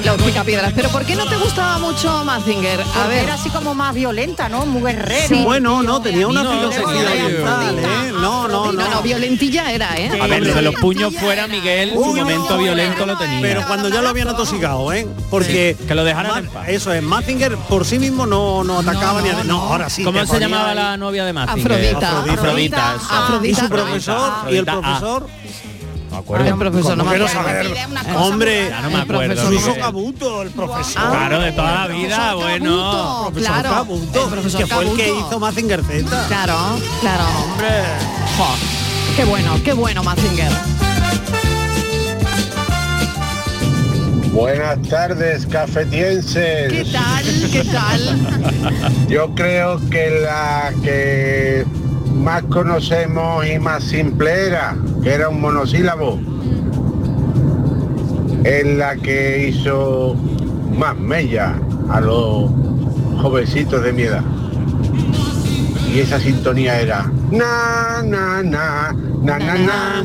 Speaker 3: Los picapiedras. Pero ¿por qué no te gustaba mucho Mazinger? A
Speaker 8: Porque
Speaker 3: ver.
Speaker 8: Ah, era así como más violenta, ¿no? Muy guerrero.
Speaker 5: Bueno, no, tenía una
Speaker 4: No,
Speaker 5: filosofía
Speaker 4: no,
Speaker 5: oriental, ¿eh? No, no, no.
Speaker 3: No, no, violentilla era, ¿eh?
Speaker 4: A ver, lo de los puños fuera, Miguel, su momento violento lo tenía.
Speaker 5: Pero cuando ya lo habían atosigado, ¿eh? Porque
Speaker 4: que lo dejaran
Speaker 5: Ma-
Speaker 4: en paz.
Speaker 5: Eso es, Mazinger por sí mismo no, no atacaba ni a- No, ahora sí.
Speaker 4: ¿Cómo
Speaker 5: te
Speaker 4: se
Speaker 5: ponía
Speaker 4: llamaba
Speaker 5: ahí.
Speaker 4: la novia de Mazinger?
Speaker 5: Afrodita.
Speaker 4: Afrodita. eso.
Speaker 5: Y su profesor, y el
Speaker 4: Afrodita, ah.
Speaker 5: profesor.
Speaker 4: No me acuerdo.
Speaker 5: ¿Cómo que saber? Hombre,
Speaker 4: Ya no me acuerdo.
Speaker 5: Suso
Speaker 4: Miguel.
Speaker 5: Cabuto, el profesor.
Speaker 4: Claro, de toda la
Speaker 5: El
Speaker 4: vida,
Speaker 5: profesor
Speaker 4: bueno.
Speaker 5: Cabuto, profesor
Speaker 3: claro,
Speaker 5: Cabuto,
Speaker 3: el profesor
Speaker 5: que fue el que
Speaker 3: Cabuto.
Speaker 5: hizo Mazinger Z.
Speaker 3: Claro, claro.
Speaker 5: Hombre.
Speaker 3: Jo, Qué bueno, qué bueno Mazinger.
Speaker 14: Buenas tardes, cafetienses.
Speaker 3: ¿Qué tal? ¿Qué tal?
Speaker 14: Yo creo que la que más conocemos y más simple era, que era un monosílabo, es la que hizo más mella a los jovencitos de mi edad. Y esa sintonía era na na na na na na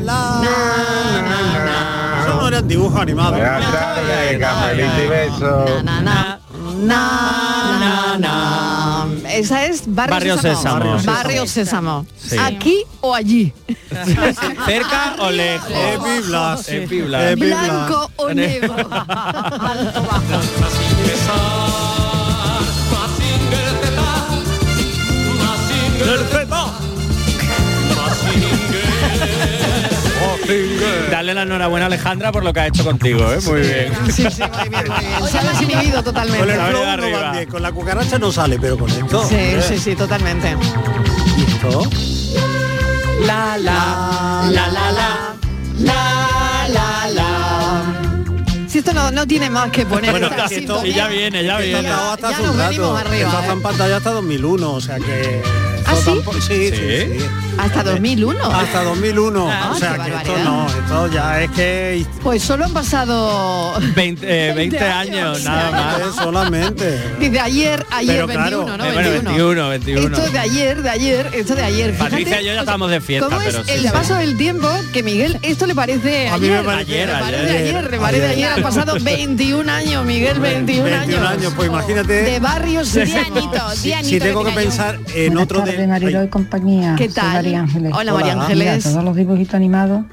Speaker 14: na na na.
Speaker 5: Eso no eran dibujos animados.
Speaker 14: Buenas tardes, cafelito y besos.
Speaker 3: Na, na, na, na, na. Esa es Barrio,
Speaker 4: Barrio Sésamo.
Speaker 3: Barrio Sésamo.
Speaker 4: Sí.
Speaker 3: Aquí o allí.
Speaker 5: Ah.
Speaker 4: ¿Cerca o lejos?
Speaker 5: Epi Blas.
Speaker 4: Epi Blas.
Speaker 5: Epi Blas.
Speaker 3: Blanco o
Speaker 4: En el-
Speaker 3: negro.
Speaker 4: Dale la enhorabuena a Alejandra por lo que ha hecho contigo, ¿eh? Muy bien.
Speaker 3: Sí, sí, muy bien, muy bien. Se ha desinhibido
Speaker 5: Con el
Speaker 3: totalmente.
Speaker 5: flow
Speaker 4: Arriba.
Speaker 5: no van bien, con la cucaracha no sale, pero con esto.
Speaker 3: Sí,
Speaker 5: hombre,
Speaker 3: sí, sí, totalmente.
Speaker 5: esto.
Speaker 3: La la la la la la la la. Si esto no, no tiene más que poner
Speaker 4: Bueno,
Speaker 3: esta
Speaker 4: que esto-
Speaker 3: sintonía.
Speaker 4: y ya viene, ya
Speaker 5: Que está
Speaker 4: viene.
Speaker 5: atado
Speaker 3: Ya
Speaker 5: hasta hace
Speaker 3: nos
Speaker 5: un rato.
Speaker 3: venimos arriba,
Speaker 5: Está
Speaker 3: ¿eh?
Speaker 5: en pantalla hasta 2001, o sea que...
Speaker 3: ¿Ah,
Speaker 5: esto
Speaker 3: sí?
Speaker 5: tampoco- Sí, sí,
Speaker 4: Sí.
Speaker 5: sí.
Speaker 3: Hasta 2001.
Speaker 5: Hasta 2001.
Speaker 3: Ah,
Speaker 5: o sea
Speaker 3: qué
Speaker 5: que esto
Speaker 3: barbaridad.
Speaker 5: no, esto ya es que...
Speaker 3: Pues solo han pasado
Speaker 4: 20, eh, 20 años, nada más.
Speaker 5: Eh, solamente.
Speaker 3: desde ayer, ayer
Speaker 5: Pero
Speaker 3: 21,
Speaker 5: claro,
Speaker 3: ¿no?
Speaker 4: Eh, bueno, 21, 21.
Speaker 3: Esto de ayer, de ayer, esto de ayer. Fíjate,
Speaker 4: Patricia y yo ya estábamos de fiesta,
Speaker 3: ¿Cómo es
Speaker 4: pero sí,
Speaker 3: el
Speaker 4: sí.
Speaker 3: paso del tiempo que Miguel esto le parece
Speaker 5: A mí me
Speaker 3: ayer?
Speaker 5: parece
Speaker 3: Le parece
Speaker 4: ayer,
Speaker 3: ayer,
Speaker 5: ayer.
Speaker 3: le parece ayer. Han pasado 21 años, Miguel, 21,
Speaker 5: 21 años, pues imagínate.
Speaker 3: De barrios dianitos,
Speaker 5: Si, si tengo que pensar en
Speaker 15: Buenas
Speaker 5: otro
Speaker 15: tardes,
Speaker 5: de...
Speaker 15: Mariló y compañía.
Speaker 3: ¿Qué
Speaker 15: Soy
Speaker 3: tal?
Speaker 15: María Ángeles.
Speaker 3: Hola, María
Speaker 15: Mira,
Speaker 3: Ángeles.
Speaker 15: todos los dibujitos animados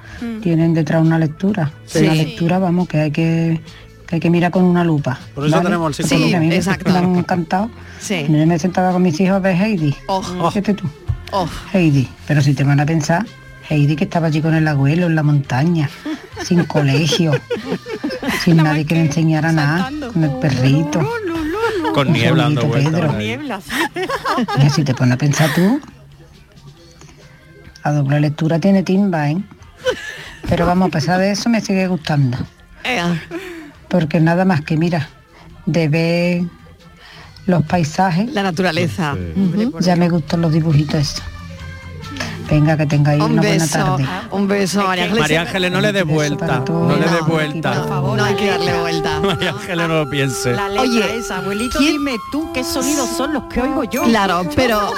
Speaker 15: tienen detrás una lectura.
Speaker 3: Sí.
Speaker 15: Una
Speaker 3: Sí.
Speaker 15: lectura, vamos, que hay que, que hay que mirar con una lupa.
Speaker 5: Por eso tenemos al psicólogo.
Speaker 15: Porque a mí me-
Speaker 3: exacto.
Speaker 15: Me han encantado.
Speaker 3: Sí.
Speaker 15: Yo me sentaba con mis hijos a ver Heidi.
Speaker 3: Oh.
Speaker 15: Fíjate tú.
Speaker 3: Oh.
Speaker 15: Heidi. Pero si te van a pensar, Heidi que estaba allí con el abuelo en la montaña, sin colegio, sin nadie que le enseñara nada, con el perrito.
Speaker 4: Con niebla dando
Speaker 15: Pedro.
Speaker 4: vueltas.
Speaker 15: Mira, si te pones a pensar tú, la doble lectura tiene timba, ¿eh? Pero vamos, a pesar de eso me sigue gustando.
Speaker 3: Eh,
Speaker 15: Porque nada más que mira, de ver los paisajes,
Speaker 3: La naturaleza.
Speaker 15: ya me gustan los dibujitos esos. Venga, que tengáis
Speaker 3: Un
Speaker 15: una buena
Speaker 3: beso, ah,
Speaker 15: tarde.
Speaker 3: un beso, María Ángeles.
Speaker 4: María Ángeles, no le des vuelta. No le des vuelta.
Speaker 3: No hay que darle vuelta.
Speaker 4: María Ángeles, no lo piense.
Speaker 8: La letra
Speaker 3: Oye,
Speaker 8: esa, abuelito, dime tú qué sonidos son los que oigo yo.
Speaker 3: Claro, pero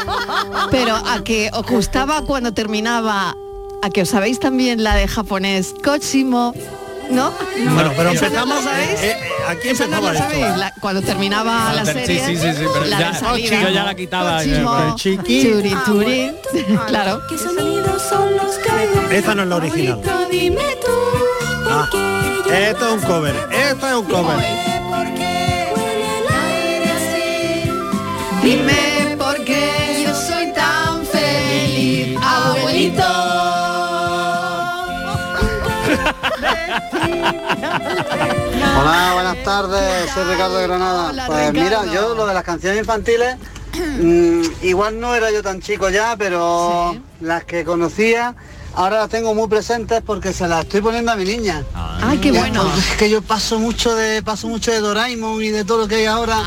Speaker 3: pero a que os gustaba cuando terminaba, a que os sabéis también la de japonés Kochimo, ¿no?
Speaker 5: Bueno, pero
Speaker 3: ¿Esa no la
Speaker 5: empezamos-
Speaker 3: sabéis?
Speaker 5: eh, eh, aquí
Speaker 3: ¿Esa no la
Speaker 5: empezaba esto.
Speaker 3: sabéis? La- cuando terminaba la
Speaker 5: Ah, Sí,
Speaker 3: serie.
Speaker 5: sí, sí, sí, pero
Speaker 3: la
Speaker 5: ya-
Speaker 3: de salida.
Speaker 5: yo ya la quitaba,
Speaker 3: Kochimo,
Speaker 5: ya, el chiqui.
Speaker 3: Churi, churi. Claro.
Speaker 7: ¿Qué sonidos son los que
Speaker 5: Esta no es la original.
Speaker 7: oigo? Dime tú.
Speaker 5: Ah, esto es un cover. Esto es un cover.
Speaker 3: Dime por qué yo soy tan feliz, abuelito.
Speaker 16: Hola, buenas tardes, soy Ricardo de Granada. pues mira, yo lo de las canciones infantiles, mm, igual no era yo tan chico ya, pero las que conocía, ahora las tengo muy presentes porque se las estoy poniendo a mi niña.
Speaker 3: Ah. Ay, qué
Speaker 16: Y
Speaker 3: bueno.
Speaker 16: entonces Es que yo paso mucho de paso mucho de Doraemon y de todo lo que hay ahora.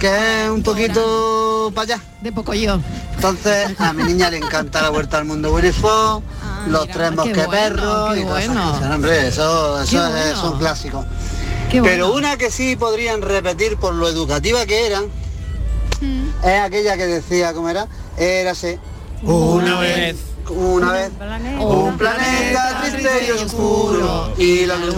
Speaker 16: Que es un poquito para allá.
Speaker 3: Ah, De poco yo.
Speaker 16: Entonces, a mi niña le encanta la vuelta al mundo Willy Fox,
Speaker 3: Ah,
Speaker 16: los tres mosqueperros y todas esas cosas. Hombre, eso, eso
Speaker 3: Qué
Speaker 16: es-
Speaker 3: bueno.
Speaker 16: es un clásico.
Speaker 3: Qué bueno.
Speaker 16: Pero una que sí podrían repetir por lo educativa que era,
Speaker 5: Hmm.
Speaker 16: es aquella que decía, ¿cómo era? Érase.
Speaker 5: Una vez.
Speaker 16: Una vez. Un planeta triste y oscuro. Y la luz.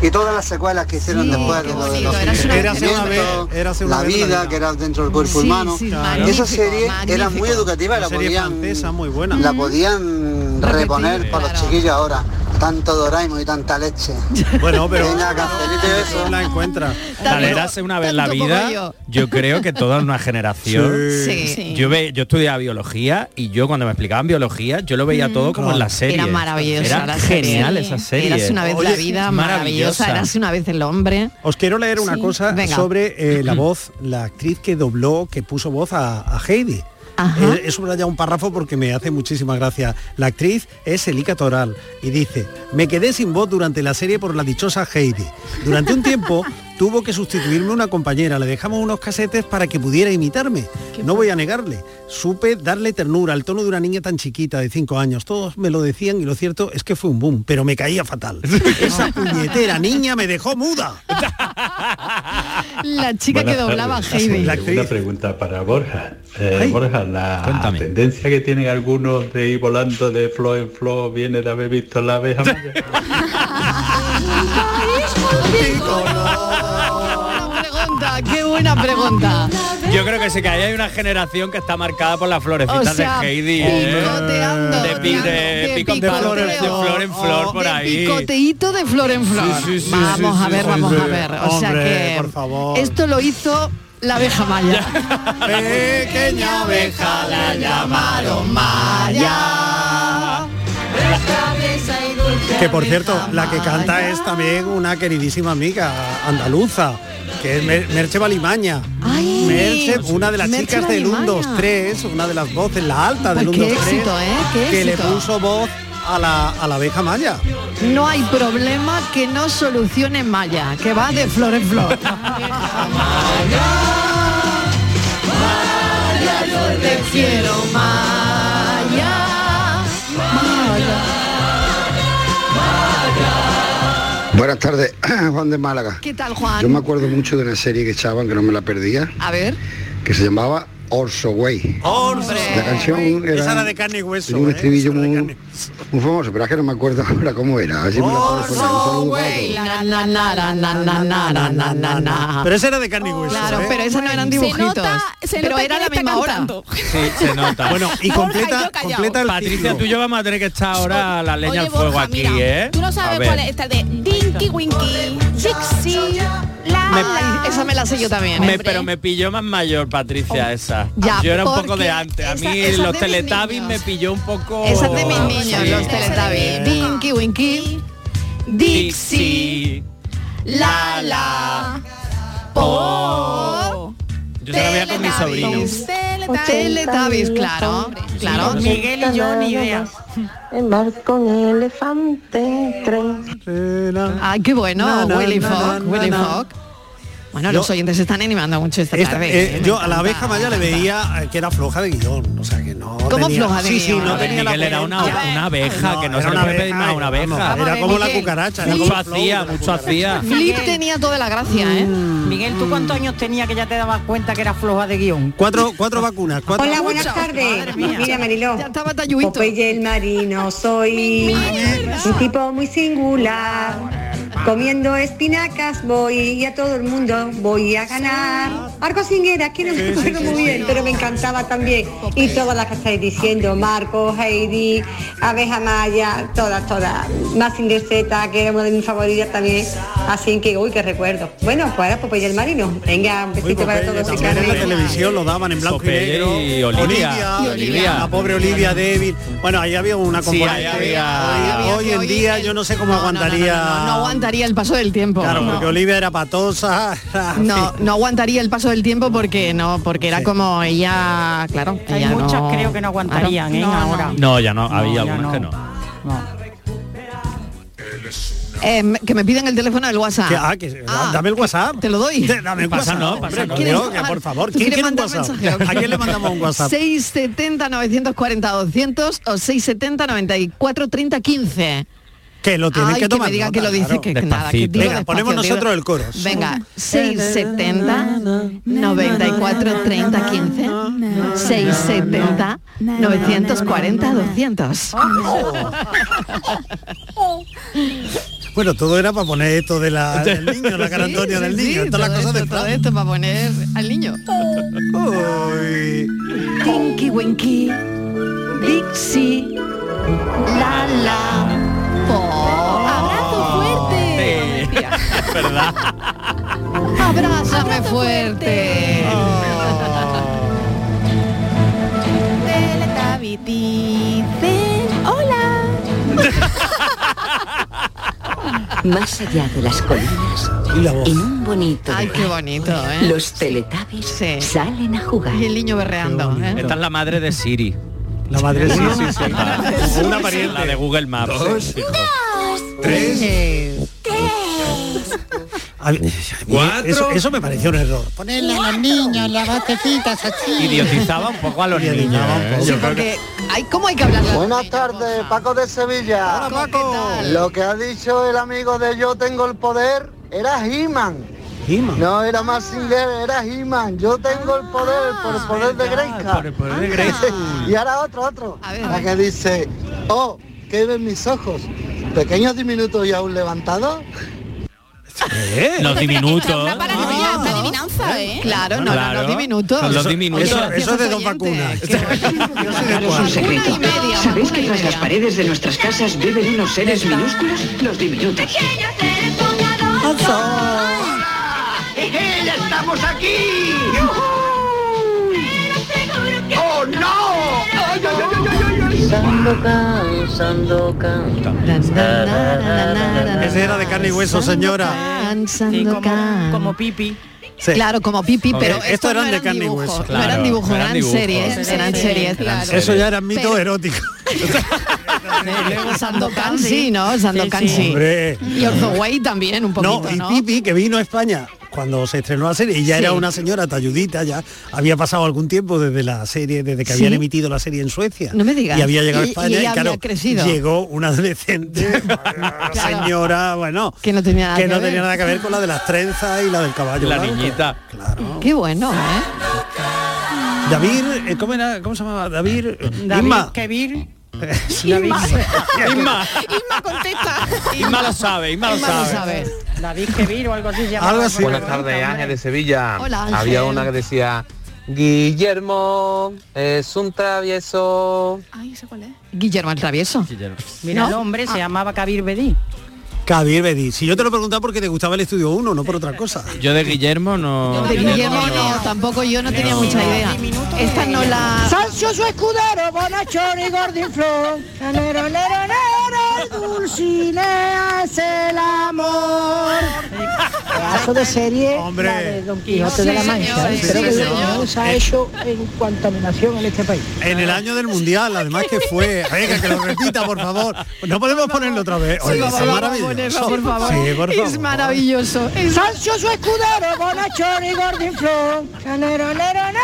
Speaker 16: Y todas las secuelas que hicieron después de lo de los
Speaker 5: Érase una vez,
Speaker 16: sentimientos,
Speaker 5: érase una
Speaker 16: la
Speaker 5: vez la
Speaker 16: vida
Speaker 5: vida.
Speaker 16: que era dentro del cuerpo
Speaker 5: Sí,
Speaker 16: humano.
Speaker 5: sí,
Speaker 16: Esa
Speaker 5: magnífico,
Speaker 16: serie era muy
Speaker 5: magnífico.
Speaker 16: educativa,
Speaker 5: Una
Speaker 16: la
Speaker 5: serie
Speaker 16: podían,
Speaker 5: francesa muy buena.
Speaker 16: la
Speaker 3: Mm.
Speaker 16: podían reponer para los chiquillos ahora. Tanto Doraemon y tanta leche.
Speaker 5: Bueno, pero
Speaker 16: Venga, cafelito y besos.
Speaker 5: la encuentra.
Speaker 4: Dale, érase una vez la vida. Yo. creo que toda una generación.
Speaker 5: Sí. Sí.
Speaker 4: Yo ve, yo estudiaba biología y yo cuando me explicaban biología, yo lo veía todo como en la serie.
Speaker 3: Mm. Era maravillosa
Speaker 4: Era
Speaker 3: la serie.
Speaker 4: genial esa serie.
Speaker 3: Eras una vez la vida maravillosa, eras una vez el hombre.
Speaker 5: Os quiero leer una
Speaker 3: Sí,
Speaker 5: cosa
Speaker 3: venga.
Speaker 5: sobre eh, la voz, la actriz que dobló, que puso voz a, a Heidi. Eh, He subrayado un párrafo porque me hace muchísima gracia. La actriz es Elika Toral y dice, me quedé sin voz durante la serie por la dichosa Heidi. Durante un tiempo tuvo que sustituirme una compañera, le dejamos unos casetes para que pudiera imitarme. No voy a negarle, supe darle ternura al tono de una niña tan chiquita de 5 años. Todos me lo decían y lo cierto es que fue un boom, pero me caía fatal. Esa puñetera niña me dejó muda.
Speaker 3: La chica que doblaba a Heidi.
Speaker 17: Una pregunta para Borja. Eh, Borja, la tendencia que tienen algunos de ir volando de flor en flor viene de haber visto la abeja maya.
Speaker 3: Pregunta, qué buena pregunta.
Speaker 4: Yo creo que sí que ahí hay una generación que está marcada por las florecitas
Speaker 3: O sea,
Speaker 4: de Heidi. ¿eh? de, pi- de pico- de flor, en- de flor en flor por ahí.
Speaker 3: Picoteíto de flor en flor.
Speaker 4: Sí, sí, sí,
Speaker 3: vamos
Speaker 4: sí,
Speaker 3: a
Speaker 4: sí,
Speaker 3: ver,
Speaker 4: sí,
Speaker 3: vamos
Speaker 4: sí.
Speaker 3: a ver. O sea
Speaker 4: Hombre,
Speaker 3: que
Speaker 4: por favor.
Speaker 3: esto lo hizo la abeja maya.
Speaker 2: Pequeña abeja la llamaron Maya.
Speaker 5: Que por cierto, la que canta es también una queridísima amiga andaluza, que es Mer- Merche Balimaña. Merche, una de las
Speaker 3: Merche
Speaker 5: chicas del
Speaker 3: Valimaña.
Speaker 5: 1-2-3, una de las voces, la alta del
Speaker 3: Pues
Speaker 5: 1-2-3,
Speaker 3: qué éxito, ¿eh? Qué
Speaker 5: que le
Speaker 3: éxito.
Speaker 5: puso voz a la, a la abeja maya.
Speaker 3: No hay problema que no solucione Maya, que va de flor en flor.
Speaker 2: Maya, yo te quiero, Maya.
Speaker 18: Buenas tardes, Juan de Málaga.
Speaker 3: ¿Qué tal, Juan?
Speaker 18: Yo me acuerdo mucho de una serie que echaban, que no me la perdía,
Speaker 3: A ver.
Speaker 18: que se llamaba Orso Way. La canción era,
Speaker 5: Esa era de carne y hueso.
Speaker 18: tenía un
Speaker 5: ¿eh?
Speaker 18: estribillo muy, muy famoso, pero es que no me acuerdo ahora cómo era. A ver si me la puedes poner. Un saludo para todos.
Speaker 3: Na, na, na, na, na, na, na, na, na,
Speaker 2: Ah,
Speaker 3: na, na.
Speaker 5: Pero esa era de carne y hueso.
Speaker 3: Claro,
Speaker 5: ¿eh?
Speaker 3: pero esas no eran dibujitos. pero era la misma hora.
Speaker 4: Sí, se nota.
Speaker 5: Bueno, y completa, completa el
Speaker 4: Patricia,
Speaker 5: ciclo.
Speaker 4: tú y yo vamos a tener que echar ahora la leña al fuego aquí, ¿eh?
Speaker 6: Tú no sabes
Speaker 4: A ver.
Speaker 6: cuál es esta de Dinky Winky, Dixie, la,
Speaker 4: Me-
Speaker 6: la.
Speaker 3: Esa me la sé yo también.
Speaker 4: Me- pero me pilló más mayor Patricia esa.
Speaker 3: ¿eh? Oh, Ya,
Speaker 4: yo era un poco
Speaker 3: porque
Speaker 4: de antes. A mí
Speaker 3: esa- esa
Speaker 4: los
Speaker 3: es de mis
Speaker 4: Teletubbies me pilló un poco.
Speaker 3: Esas de mis niños,
Speaker 4: Sí.
Speaker 3: los Teletubbies. Dinky Winky. Dixie. La la. Po.
Speaker 4: Yo se la veía con mis sobrinos.
Speaker 3: Teletubbies, claro. Claro.
Speaker 8: Miguel y yo ni idea.
Speaker 3: Embarco un elefante. Ay, qué bueno.
Speaker 8: Na, na,
Speaker 3: Willy
Speaker 8: na,
Speaker 3: Fogg.
Speaker 8: na,
Speaker 3: Willy
Speaker 8: na.
Speaker 3: Fogg. Bueno,
Speaker 5: Yo-
Speaker 3: los oyentes se están animando mucho esta,
Speaker 5: Esta-
Speaker 3: tarde.
Speaker 5: eh,
Speaker 3: ¿eh? Me
Speaker 5: yo a la
Speaker 3: encanta.
Speaker 5: abeja Maya le veía eh, que era floja de guión, o sea que no
Speaker 3: ¿Cómo
Speaker 5: tenía-
Speaker 3: floja de
Speaker 5: sí, Sí,
Speaker 3: guión?
Speaker 5: no
Speaker 3: A ver,
Speaker 5: tenía la
Speaker 4: Miguel era una,
Speaker 5: buena-
Speaker 4: una abeja, que no se
Speaker 5: era
Speaker 4: le
Speaker 5: una
Speaker 4: puede pedir
Speaker 5: abeja,
Speaker 4: más a una
Speaker 5: vamos,
Speaker 4: abeja.
Speaker 5: era Vamos a como ver, la Miguel. cucaracha, era
Speaker 4: Mucho
Speaker 5: como el flow
Speaker 4: hacía, mucho hacía.
Speaker 3: Flip tenía toda la gracia, ¿eh?
Speaker 8: Miguel, ¿tú cuántos años tenía que ya te dabas cuenta que era floja de guión?
Speaker 5: Cuatro, cuatro vacunas. Cuatro
Speaker 8: Hola,
Speaker 5: vacunas.
Speaker 8: buenas
Speaker 19: tardes. Mira, Mariló. Ya
Speaker 3: estaba
Speaker 19: Popeye el marino, soy un tipo muy singular. Comiendo espinacas voy y a todo el mundo voy a ganar. Arco Singuera, que no me acuerdo muy bien, pero me encantaba también. Y todas las que estáis diciendo, Marco, Heidi, Abeja Maya, todas, todas. Massinger Z, que era una de mis favoritas también. Así que, uy, qué recuerdo. Bueno, pues era Popeye el marino. Venga, un besito para todos.
Speaker 5: También en la televisión lo daban en blanco
Speaker 4: Popeye
Speaker 5: y negro.
Speaker 4: y Olivia. Y Olivia.
Speaker 5: La pobre Olivia débil. Bueno, ahí había una
Speaker 4: Sí, ahí
Speaker 5: componente.
Speaker 4: había-
Speaker 5: Hoy, hoy en día yo no sé cómo aguantaría.
Speaker 3: No aguantaría el paso del tiempo.
Speaker 5: Claro,
Speaker 3: No.
Speaker 5: porque Olivia era patosa. era-
Speaker 3: No, no aguantaría el paso del tiempo porque no, porque era como ella, claro.
Speaker 8: Hay
Speaker 3: ella
Speaker 8: muchas
Speaker 3: no-
Speaker 8: creo que no aguantarían, ¿eh?
Speaker 3: Claro. No,
Speaker 8: Ahora.
Speaker 4: No, ya no, había algunos que no.
Speaker 3: Eh, me- que me piden el teléfono del WhatsApp.
Speaker 5: Que- ah, que- dame el WhatsApp.
Speaker 3: ah, Te lo doy.
Speaker 5: Te- dame el
Speaker 3: Pasa,
Speaker 5: WhatsApp.
Speaker 3: no,
Speaker 5: hombre,
Speaker 3: pasa, no.
Speaker 5: por
Speaker 3: ¿Quieres-
Speaker 5: Dios, que por favor.
Speaker 3: ¿Tú
Speaker 5: ¿Quién
Speaker 3: quieres
Speaker 5: quiere un
Speaker 3: mandar
Speaker 5: WhatsApp?
Speaker 3: mensaje o
Speaker 5: ¿A
Speaker 3: qué?
Speaker 5: quién le mandamos un WhatsApp?
Speaker 3: 670 940 200 o 670 94 30 15.
Speaker 5: Que lo tienen
Speaker 3: Ay,
Speaker 5: que tomar.
Speaker 3: me digan
Speaker 5: nota,
Speaker 3: que lo dice
Speaker 5: claro.
Speaker 3: que, que nada, que digo
Speaker 5: Venga,
Speaker 3: despacio,
Speaker 5: ponemos
Speaker 3: digo-
Speaker 5: nosotros el coro.
Speaker 3: Venga, 670 94 30 15 670 940 200.
Speaker 5: Ah, Bueno, todo era para poner esto de la, del niño, la cara
Speaker 3: Ah, Sí,
Speaker 5: Antonio
Speaker 3: sí,
Speaker 5: del
Speaker 3: sí,
Speaker 5: niño, todas las
Speaker 3: todo
Speaker 5: cosas de
Speaker 3: esto, todo esto para poner al niño. Tinky Winky, Dixie, la la. Abrazo fuerte.
Speaker 4: ¿Verdad?
Speaker 3: Abrázame fuerte.
Speaker 6: Teletubby dicen hola.
Speaker 20: Más allá de las colinas, en un bonito
Speaker 3: Ay, qué
Speaker 20: lugar,
Speaker 3: bonito, ¿eh?
Speaker 20: los teletubbies salen a jugar.
Speaker 3: Y el niño berreando, ¿eh?
Speaker 4: Esta es la madre de Siri.
Speaker 5: La madre
Speaker 3: de Siri.
Speaker 4: Sí, sí, sí.
Speaker 3: Como una
Speaker 4: pariente. La de Google Maps.
Speaker 5: Tres. Ay,
Speaker 4: Cuatro.
Speaker 5: Eso, eso me pareció un error.
Speaker 21: Ponerle a los niños en las batecitas así.
Speaker 4: Idiotizaba un poco a los niños. ¿eh? Yo creo que-
Speaker 3: hay, ¿Cómo hay que hablar?
Speaker 16: Buenas tardes, Paco de Sevilla. Lo que ha dicho el amigo de Yo Tengo el Poder era He-Man. No era
Speaker 3: Ah.
Speaker 16: Massinger, era He-Man. Yo tengo el poder por el poder de Greyskull.
Speaker 4: Ah, por el poder de Grayskull.
Speaker 16: y ahora otro, otro. La que dice, oh, ¿qué ven mis ojos? Pequeños diminutos y aún levantados.
Speaker 4: Los diminutos.
Speaker 21: Ah.
Speaker 3: adivinanza, ¿eh? Claro, no, no,
Speaker 4: Claro.
Speaker 3: los diminutos.
Speaker 4: Son los diminutos.
Speaker 5: Eso, eso es de dos vacunas.
Speaker 20: Es un secreto. ¿Sabéis que tras las paredes de nuestras casas viven unos seres minúsculos? Los diminutos.
Speaker 2: ¡Ya estamos aquí! ¡Oh, no! ¡Ay, ay, ay, ay, ay, ay!
Speaker 20: Sandokan, Sandokan.
Speaker 5: Ese era de carne y hueso, señora.
Speaker 3: como,
Speaker 8: pipi.
Speaker 5: Sí.
Speaker 3: Claro, como pipi,
Speaker 5: Ok,
Speaker 3: pero
Speaker 5: estos
Speaker 3: estos
Speaker 5: eran
Speaker 3: no
Speaker 5: de
Speaker 3: eran
Speaker 5: carne y
Speaker 3: dibujos,
Speaker 5: hueso.
Speaker 3: no
Speaker 5: Claro,
Speaker 3: eran dibujos,
Speaker 5: eran
Speaker 3: eran,
Speaker 5: dibujos.
Speaker 3: series, eran series.
Speaker 5: Eran
Speaker 3: claro.
Speaker 5: series. Eso ya era mito erótico.
Speaker 3: Sandokan sí, ¿no? Sandokan sí.
Speaker 5: Hombre.
Speaker 3: Y Orzoway también un poquito, ¿no?
Speaker 5: no, y Pipi, que vino a España cuando se estrenó la serie, y ya
Speaker 3: Sí.
Speaker 5: era una señora talludita, ya había pasado algún tiempo desde la serie, desde que
Speaker 3: Sí.
Speaker 5: habían emitido la serie en Suecia.
Speaker 3: No me digas.
Speaker 5: Y había llegado
Speaker 3: Y-
Speaker 5: a España
Speaker 3: y
Speaker 5: y,
Speaker 3: ella
Speaker 5: claro,
Speaker 3: había crecido.
Speaker 5: llegó una adolescente, una señora, bueno,
Speaker 3: Que no tenía nada
Speaker 5: que
Speaker 3: que
Speaker 5: no
Speaker 3: ver.
Speaker 5: tenía nada que ver con la de las trenzas y la del caballo.
Speaker 4: La
Speaker 5: blanco.
Speaker 4: niñita.
Speaker 3: Qué bueno, ¿eh?
Speaker 5: David, eh, ¿cómo era? ¿Cómo se llamaba? David. eh, Inma.
Speaker 8: Kevin.
Speaker 5: Inma.
Speaker 4: Inma.
Speaker 8: Inma contesta.
Speaker 4: Inma lo sabe, Inma lo sabe.
Speaker 8: David Kevin o algo así se llama.
Speaker 22: Algo así. Buenas tardes, Ángel de Sevilla.
Speaker 8: Hola, Ángel.
Speaker 22: Había una que decía, Guillermo es un travieso.
Speaker 3: Ay, cuál es? Guillermo el Travieso.
Speaker 8: Mira,
Speaker 3: ¿No?
Speaker 8: el hombre se llamaba Kabir Bedi.
Speaker 5: Javier Bedi. Si yo te lo preguntaba porque te gustaba el estudio 1, no por
Speaker 3: Eh,
Speaker 5: otra cosa.
Speaker 4: Yo de Guillermo no.
Speaker 3: De Guillermo no, tampoco yo no tenía mucha idea. Esta no la...
Speaker 21: Sancho su escudero, bonachón y gordinflón. Lero, lero, lero, Dulcinea es el amor. dejo de serie la de Don Quijote de la Mancha. ¿eh? Creo que no se ha hecho en cuanto a animación en este país.
Speaker 5: En el año del mundial, además que fue. Venga, que lo repita, por favor. No podemos ponerlo otra vez.
Speaker 3: Sí,
Speaker 5: Oiga,
Speaker 3: vamos
Speaker 5: es
Speaker 3: a
Speaker 5: maravilloso.
Speaker 3: ponerlo, por favor.
Speaker 5: Sí, por
Speaker 3: Es
Speaker 5: favor.
Speaker 3: maravilloso. Es-
Speaker 21: Sancho su escudero, bonachón y gordinflón. Canero, nero, nero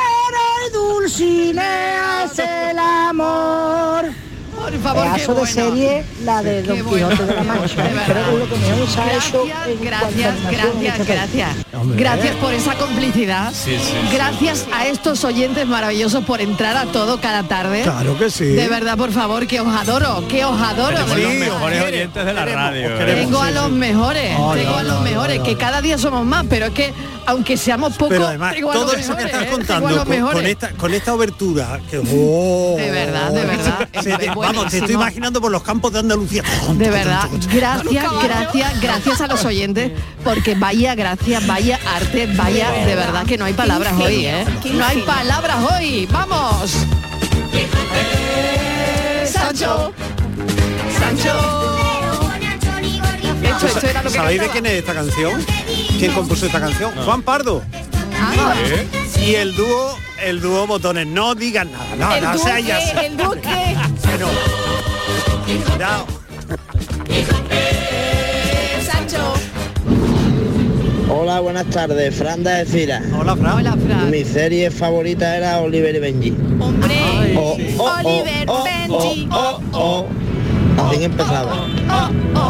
Speaker 21: y dulcinea es el amor.
Speaker 3: Por favor, qué
Speaker 21: Pedazo de
Speaker 3: bueno.
Speaker 21: serie, la de Don
Speaker 3: bueno.
Speaker 21: Quijote de la Mancha. Creo que es lo que mejor se ha hecho en cuanto a
Speaker 3: Gracias,
Speaker 21: animación en
Speaker 3: gracias,
Speaker 21: este país.
Speaker 3: gracias.
Speaker 21: Hombre.
Speaker 5: ¿eh?
Speaker 3: Gracias por esa complicidad.
Speaker 21: Sí, sí,
Speaker 4: sí.
Speaker 3: Gracias a estos oyentes maravillosos por entrar a todo cada tarde.
Speaker 5: Claro que sí.
Speaker 3: De verdad, por favor, que os adoro, que os adoro.
Speaker 4: Tenemos
Speaker 3: de
Speaker 4: los
Speaker 3: verdad.
Speaker 4: mejores oyentes de la radio. ¿eh?
Speaker 3: Tengo a los mejores, tengo a los mejores, que cada día somos más, pero es que aunque seamos pocos,
Speaker 5: Pero además,
Speaker 3: tengo a los
Speaker 5: todo eso que
Speaker 3: mejores,
Speaker 5: estás
Speaker 3: ¿eh? Tengo
Speaker 5: contando
Speaker 3: a los
Speaker 5: con,
Speaker 3: mejores.
Speaker 5: con esta, con esta obertura, que oh,
Speaker 3: De verdad, de verdad.
Speaker 5: se te- vamos, te
Speaker 3: buenísimo.
Speaker 5: estoy imaginando por los campos de Andalucía.
Speaker 3: De verdad, gracias, gracias, gracias a los oyentes, porque vaya gracias, vaya arte, vaya, de verdad que no hay palabras hoy, ¿eh? No hay palabras hoy, vamos. Sancho, Sancho. Esto, esto era lo que
Speaker 5: ¿Sabéis de
Speaker 3: cantaba.
Speaker 5: quién es esta canción? ¿Quién compuso esta canción? Juan Pardo.
Speaker 3: Ah.
Speaker 5: Y el dúo, el dúo botones, no digan nada, no, no, o sea, ya sé.
Speaker 3: el duque.
Speaker 5: No.
Speaker 3: Sancho.
Speaker 23: Hola, buenas tardes, Franda de Cira.
Speaker 5: Hola, Fran.
Speaker 3: Hola, Fran.
Speaker 23: Mi serie favorita era Oliver y Benji.
Speaker 3: Hombre,
Speaker 23: Oh, oh, oh,
Speaker 3: Oliver
Speaker 23: oh,
Speaker 3: Benji.
Speaker 23: oh, oh, oh. Así que empezaba.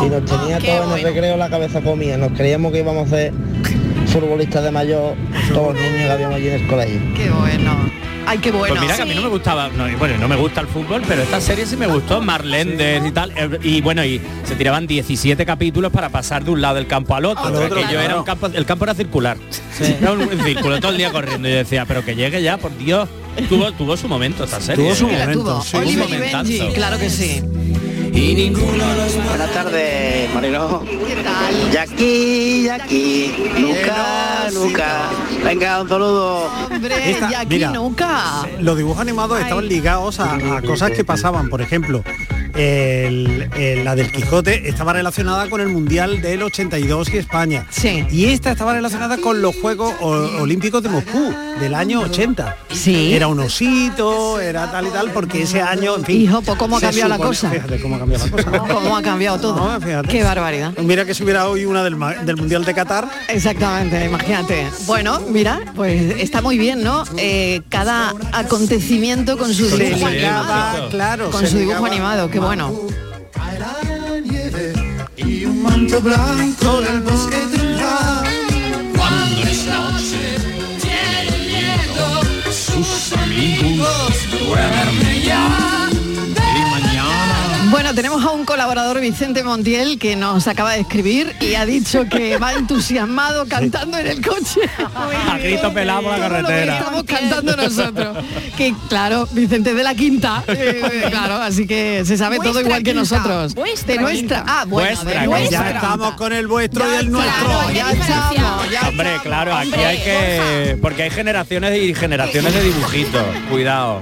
Speaker 23: Y nos tenía
Speaker 3: oh, qué
Speaker 23: todos en el recreo la cabeza comida. Nos creíamos que íbamos a ser futbolistas de mayor, todos los niños que habíamos allí en el colegio.
Speaker 3: Qué bueno. Ay, qué bueno.
Speaker 4: Pues mira que a mí no me gustaba, no, y bueno, no me gusta el fútbol, pero esta serie sí me gustó, Marlenders y tal, eh, y bueno, y se tiraban 17 capítulos para pasar de un lado del campo al otro,
Speaker 5: Al otro,
Speaker 4: aquello era
Speaker 5: claro.
Speaker 4: un campo, el campo era circular, era un, un círculo todo el día corriendo, y yo decía, pero que llegue ya, por Dios, tuvo, tuvo su momento esta serie.
Speaker 5: Tuvo su
Speaker 4: ¿eh?
Speaker 3: Que la tuvo.
Speaker 4: sí.
Speaker 3: Oliver y
Speaker 4: Un momentazo.
Speaker 3: Benji, claro que sí.
Speaker 23: Y ninguno Buenas tardes, Marino.
Speaker 3: ¿Qué tal?
Speaker 23: Jackie, Jackie, nunca, nunca. Venga, un saludo.
Speaker 3: Hombre,
Speaker 5: Esta-
Speaker 3: y aquí
Speaker 5: mira,
Speaker 3: nunca.
Speaker 5: Los dibujos animados estaban ligados a, a cosas que pasaban, por ejemplo, el- el- la del Quijote estaba relacionada con el Mundial del 82 y España. Y esta estaba relacionada con los Juegos O- Olímpicos de Moscú del año 80. Era un osito, era tal y tal, porque ese año, en fin.
Speaker 3: Hijo, pues, ¿cómo ha
Speaker 5: se
Speaker 3: cambiado la
Speaker 5: supone-
Speaker 3: cosa?
Speaker 5: Fíjate cómo ha cambiado la cosa.
Speaker 3: ¿Cómo ha cambiado todo? Qué barbaridad.
Speaker 5: Mira que si hubiera hoy una del, ma- del Mundial de Qatar.
Speaker 3: Exactamente, imagínate. Bueno, mira, pues está muy bien, ¿no? Eh, cada acontecimiento con su
Speaker 5: Se
Speaker 3: dibujo
Speaker 5: ligaba,
Speaker 3: animado.
Speaker 5: claro,
Speaker 3: con
Speaker 5: se
Speaker 3: su dibujo
Speaker 5: ligaba.
Speaker 3: animado, qué bueno.
Speaker 2: Y un manto blanco del bosque tendrá. Cuando es noche, tiene miedo. Sus amigos duermen ya. Y mañana.
Speaker 3: Bueno, tenemos a un colaborador, Vicente Montiel, que nos acaba de escribir y ha dicho que va entusiasmado cantando en el coche.
Speaker 4: A grito pelado por la
Speaker 3: Todo lo que
Speaker 4: carretera.
Speaker 3: estamos cantando nosotros. Que claro, Vicente es de la quinta. eh, claro, así que se sabe todo
Speaker 5: Vuestra
Speaker 3: igual que
Speaker 5: quinta,
Speaker 3: nosotros.
Speaker 5: vuestra
Speaker 3: de nuestra.
Speaker 5: quinta.
Speaker 3: Ah, bueno, a ver,
Speaker 5: Vuestra, que ya
Speaker 3: vuestra.
Speaker 5: estamos con el vuestro y el nuestro. ya
Speaker 3: estamos,
Speaker 5: ya
Speaker 4: Hombre, claro, aquí hay que... Porque hay generaciones y generaciones de dibujitos, cuidado.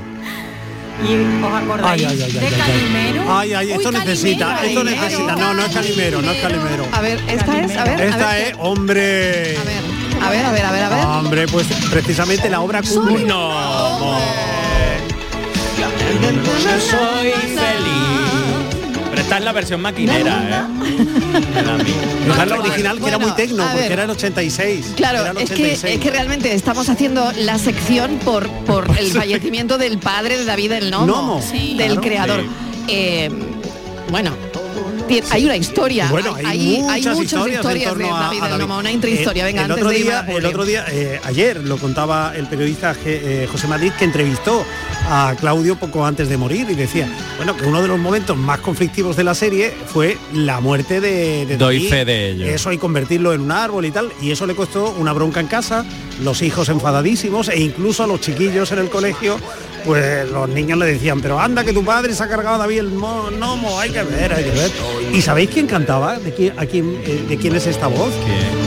Speaker 8: Y os acordáis de Calimero.
Speaker 5: Ay, ay, esto necesita, esto necesita. No, no es calimero, no es calimero.
Speaker 3: A ver, esta es, a ver, a
Speaker 5: Esta
Speaker 3: ver,
Speaker 5: es, hombre.
Speaker 3: a ver, a ver, a ver, a ver.
Speaker 5: Hombre, pues precisamente la obra cumbre.
Speaker 4: No. soy feliz. Pero esta es la versión maquinera, ¿eh? La mía.
Speaker 5: Fijar la original que era muy tecno,
Speaker 3: a ver.
Speaker 5: porque era el 86. era
Speaker 3: Claro,
Speaker 5: el
Speaker 3: es que,
Speaker 5: 86.
Speaker 3: es que realmente estamos haciendo la sección por, por el fallecimiento del padre de David el Nomo,
Speaker 5: Nomo,
Speaker 3: del
Speaker 5: claro.
Speaker 3: creador.
Speaker 5: Sí.
Speaker 3: Eh, bueno, ti- hay una historia,
Speaker 5: Bueno, hay, muchas, historias, en
Speaker 3: de
Speaker 5: torno a-
Speaker 3: David
Speaker 5: a
Speaker 3: el
Speaker 5: David.
Speaker 3: Nomo, una intrahistoria.
Speaker 5: Eh,
Speaker 3: Venga,
Speaker 5: el
Speaker 3: antes
Speaker 5: otro
Speaker 3: de ir
Speaker 5: día,
Speaker 3: a
Speaker 5: el otro día, eh, ayer lo contaba el periodista Je- eh, José Madrid que entrevistó a Claudio poco antes de morir y decía, bueno, que uno de los momentos más conflictivos de la serie fue la muerte de, de
Speaker 4: Doy
Speaker 5: David.
Speaker 4: fe de ello.
Speaker 5: Eso y convertirlo en un árbol y tal, y eso le costó una bronca en casa, los hijos enfadadísimos e incluso a los chiquillos en el colegio pues los niños le decían, pero anda que tu padre se ha cargado a David el mo- gnomo, hay que ver, hay que ver. ¿Y sabéis quién cantaba? ¿De quién, a quién, eh, de quién es esta voz?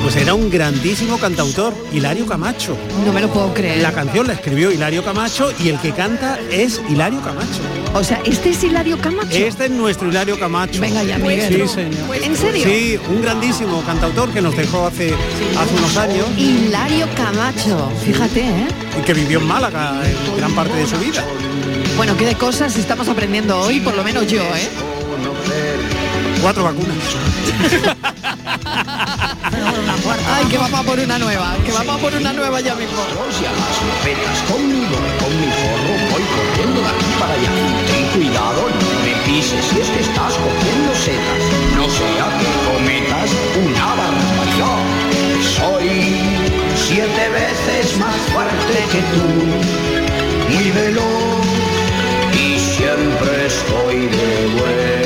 Speaker 5: Pues era un grandísimo cantautor, Hilario Camacho.
Speaker 24: No me lo puedo creer.
Speaker 5: La canción la escribió Hilario Camacho y el que canta es Hilario Camacho.
Speaker 24: O sea, este es Hilario Camacho.
Speaker 5: Este es nuestro Hilario Camacho.
Speaker 24: Venga ya, Miguel.
Speaker 5: Sí, señor.
Speaker 24: ¿En serio?
Speaker 5: Sí, un grandísimo cantautor que nos dejó hace, hace unos años
Speaker 24: Hilario Camacho, fíjate, ¿eh?
Speaker 5: y que vivió en Málaga en gran parte de su vida.
Speaker 24: Bueno, qué de cosas estamos aprendiendo hoy, por lo menos yo, ¿eh?
Speaker 5: Cuatro vacunas.
Speaker 24: Ay, que vamos a por una nueva, que vamos a por una nueva ya mismo.
Speaker 2: Conmigo, con mi forro voy corriendo de aquí para allá. Ten cuidado, no me pises si es que estás cogiendo setas. No sea que cometas una barbaridad. Soy siete veces más fuerte que tú, muy veloz y siempre estoy de buen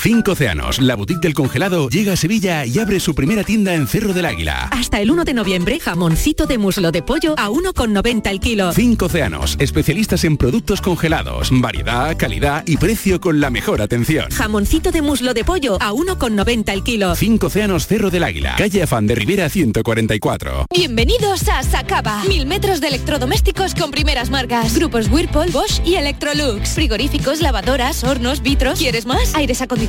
Speaker 25: Cinco Océanos, la boutique del congelado, llega a Sevilla y abre su primera tienda en Cerro del Águila.
Speaker 26: Hasta el 1 de noviembre, jamoncito de muslo de pollo a 1,90 el kilo.
Speaker 25: Cinco Océanos, especialistas en productos congelados, variedad, calidad y precio con la mejor atención.
Speaker 26: Jamoncito de muslo de pollo a 1,90 el kilo.
Speaker 25: Cinco Océanos, Cerro del Águila, calle Afán de Rivera 144.
Speaker 27: Bienvenidos a Sacaba. Mil metros de electrodomésticos con primeras marcas. Grupos Whirlpool, Bosch y Electrolux. Frigoríficos, lavadoras, hornos, vitros. ¿Quieres más? Aires acondicionados,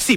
Speaker 4: Si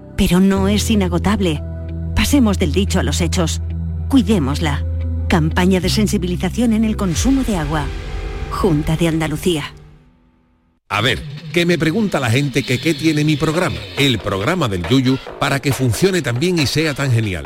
Speaker 28: pero no es inagotable. Pasemos del dicho a los hechos. Cuidémosla. Campaña de sensibilización en el consumo de agua. Junta de Andalucía.
Speaker 29: A ver, que me pregunta la gente que qué tiene mi programa, el programa del Yuyu, para que funcione tan bien y sea tan genial.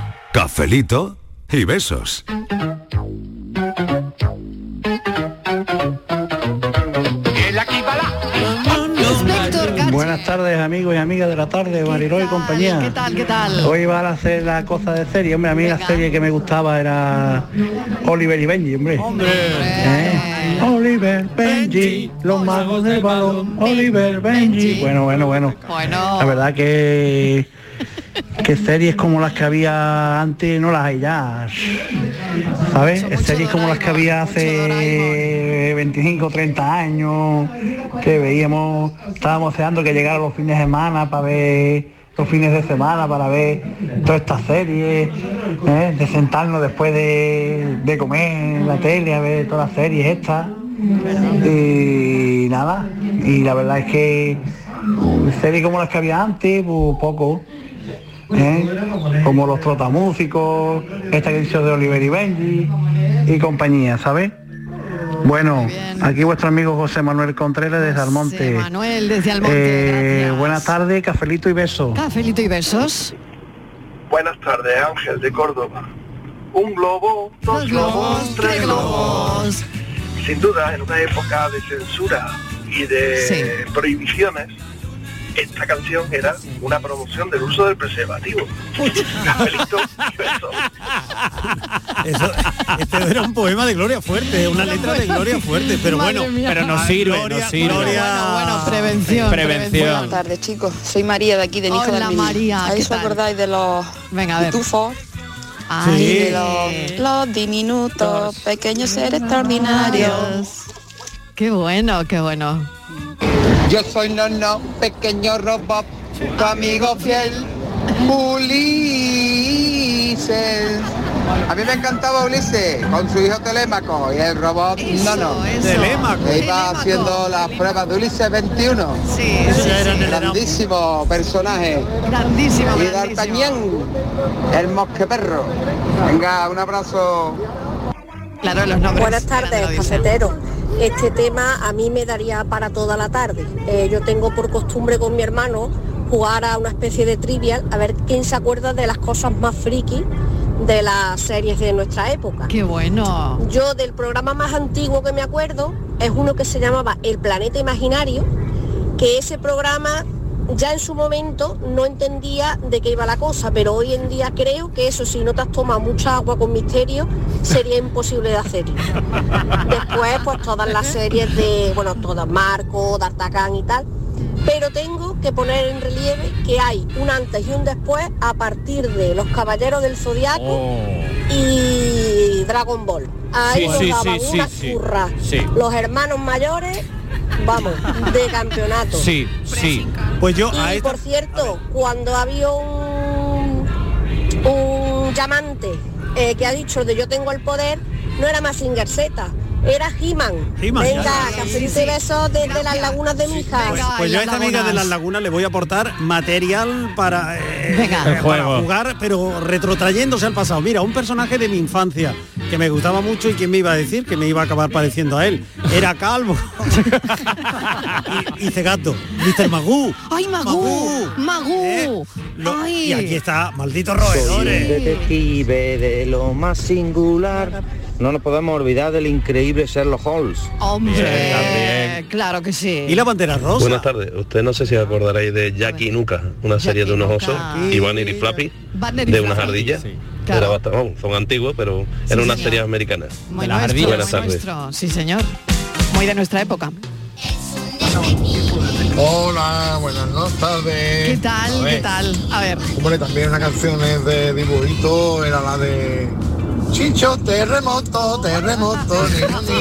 Speaker 30: Cafelito y besos.
Speaker 6: Buenas tardes amigos y amigas de la tarde, Mariló y compañía.
Speaker 24: ¿Qué tal? ¿Qué tal?
Speaker 6: Hoy van a hacer la cosa de serie, hombre, a mí la serie que me gustaba era Oliver y Benji, hombre. ¿Eh? Oliver, Benji, los magos del balón, Oliver, Benji. Bueno, bueno, bueno.
Speaker 24: Bueno.
Speaker 6: La verdad que que series como las que había antes no las hay ya. ¿Sabes? Series como las que había hace 25, 30 años, que veíamos, estábamos deseando que llegaran los fines de semana para ver los fines de semana para ver todas estas series, ¿eh? de sentarnos después de, de comer en la tele, a ver todas las series estas. Y Eh, nada, y la verdad es que series como las que había antes, pues poco. ¿eh? Como los trotamúsicos, esta que hizo de Oliver y Benji y compañía, ¿sabes? Bueno, aquí vuestro amigo José Manuel Contreras desde Almonte.
Speaker 3: Manuel, desde Almonte,
Speaker 6: Eh, buenas tardes, cafelito y beso.
Speaker 3: Cafelito y besos.
Speaker 7: Buenas tardes, Ángel de Córdoba. Un globo, dos globos, tres globos. Sin duda, en una época de censura y de prohibiciones, esta canción era una promoción del uso del preservativo. Cafelito y besos.
Speaker 5: Eso- este era un poema de Gloria Fuerte, una letra de Gloria Fuerte, pero
Speaker 4: Madre
Speaker 5: bueno,
Speaker 4: mía. pero nos sirve, nos sirve.
Speaker 5: Ah,
Speaker 3: Bueno, prevención.
Speaker 4: Prevención.
Speaker 11: Buenas tardes, chicos. Soy María de aquí de Nico
Speaker 3: Hola,
Speaker 11: de Almería.
Speaker 3: María,
Speaker 11: ¿Ahí
Speaker 3: ¿qué
Speaker 11: os
Speaker 3: tal?
Speaker 11: acordáis de los
Speaker 3: Venga, a ver. Ah,
Speaker 11: pitufos?
Speaker 3: Ay.
Speaker 11: Y de los, los diminutos, pequeños seres extraordinarios.
Speaker 3: Qué bueno, qué bueno.
Speaker 13: Yo soy Nono, pequeño robot, tu amigo fiel, Ulises. A mí me encantaba Ulises con su hijo Telémaco y el robot Nono.
Speaker 5: eso. Telémaco.
Speaker 13: Que iba haciendo las pruebas de Ulises 21. Sí, Grandísimo personaje.
Speaker 3: Grandísimo,
Speaker 13: Y D'Artagnan, el mosqueperro. Venga, un abrazo.
Speaker 3: Claro, los nombres.
Speaker 14: Buenas tardes, cafetero. Este tema a mí me daría para toda la tarde. Eh, yo tengo por costumbre con mi hermano jugar a una especie de trivial a ver quién se acuerda de las cosas más friki de las series de nuestra época.
Speaker 3: Qué bueno.
Speaker 14: Yo del programa más antiguo que me acuerdo es uno que se llamaba El Planeta Imaginario, que ese programa ya en su momento no entendía de qué iba la cosa, pero hoy en día creo que eso si no te has tomado mucha agua con misterio sería imposible de hacer. Después pues todas las series de, bueno, todas Marco, D'Artagnan y tal,
Speaker 2: Mm.
Speaker 14: pero tengo que poner en relieve que hay un antes y un después a partir de Los Caballeros del Zodiaco y Dragon Ball. Ahí
Speaker 2: Oh. Sí, sí,
Speaker 14: nos daban
Speaker 2: sí, sí,
Speaker 14: una
Speaker 2: sí.
Speaker 14: curra.
Speaker 2: Sí.
Speaker 14: Los hermanos mayores, vamos, de campeonato.
Speaker 4: Sí, sí.
Speaker 5: Pues yo a
Speaker 14: Y
Speaker 5: esta-
Speaker 14: por cierto, cuando había un, un llamante eh, que ha dicho de yo tengo el poder, no era más Z, era He-Man.
Speaker 5: He-Man,
Speaker 14: Venga,
Speaker 5: ya.
Speaker 14: cafelito y besos desde las lagunas de Mijas.
Speaker 5: pues yo a esta amiga de las lagunas le voy a aportar material para, eh,
Speaker 14: Venga.
Speaker 5: para
Speaker 4: El juego.
Speaker 5: jugar, pero retrotrayéndose al pasado. Mira, un personaje de mi infancia que me gustaba mucho y quien me iba a decir que me iba a acabar pareciendo a él. Era calvo. y, y cegato. Mr. Magoo.
Speaker 3: ¡Ay, Magú! ¿Eh? ¡Magú!
Speaker 5: Lo-
Speaker 3: ¡Ay!
Speaker 5: y aquí está, malditos
Speaker 15: Soy un
Speaker 3: eh.
Speaker 5: roedores.
Speaker 15: detective de lo más singular. No nos podemos olvidar del increíble Sherlock Holmes.
Speaker 3: Hombre, claro que sí.
Speaker 15: ¿Y la bandera rosa?
Speaker 16: Buenas tardes. Usted no sé si acordaréis de Jackie y Nuka, una serie de unos osos, y Banner y Flappy,
Speaker 3: Banner y
Speaker 16: de unas
Speaker 3: Flappy,
Speaker 16: ardillas.
Speaker 3: Claro.
Speaker 16: Era bastante- vamos, son antiguos, pero
Speaker 3: Sí,
Speaker 16: eran unas
Speaker 3: señor.
Speaker 16: series americanas.
Speaker 3: Muy nuestro, muy
Speaker 16: Buenas tardes.
Speaker 3: nuestro. Sí, señor. Muy de nuestra época.
Speaker 17: Hola, buenas no- tardes.
Speaker 3: ¿Qué
Speaker 17: A
Speaker 3: tal?
Speaker 17: ver,
Speaker 3: ¿Qué tal? A ver.
Speaker 17: Hombre, también las canciones de dibujito era la de Chicho, terremoto, terremoto, no, no, pero no me sé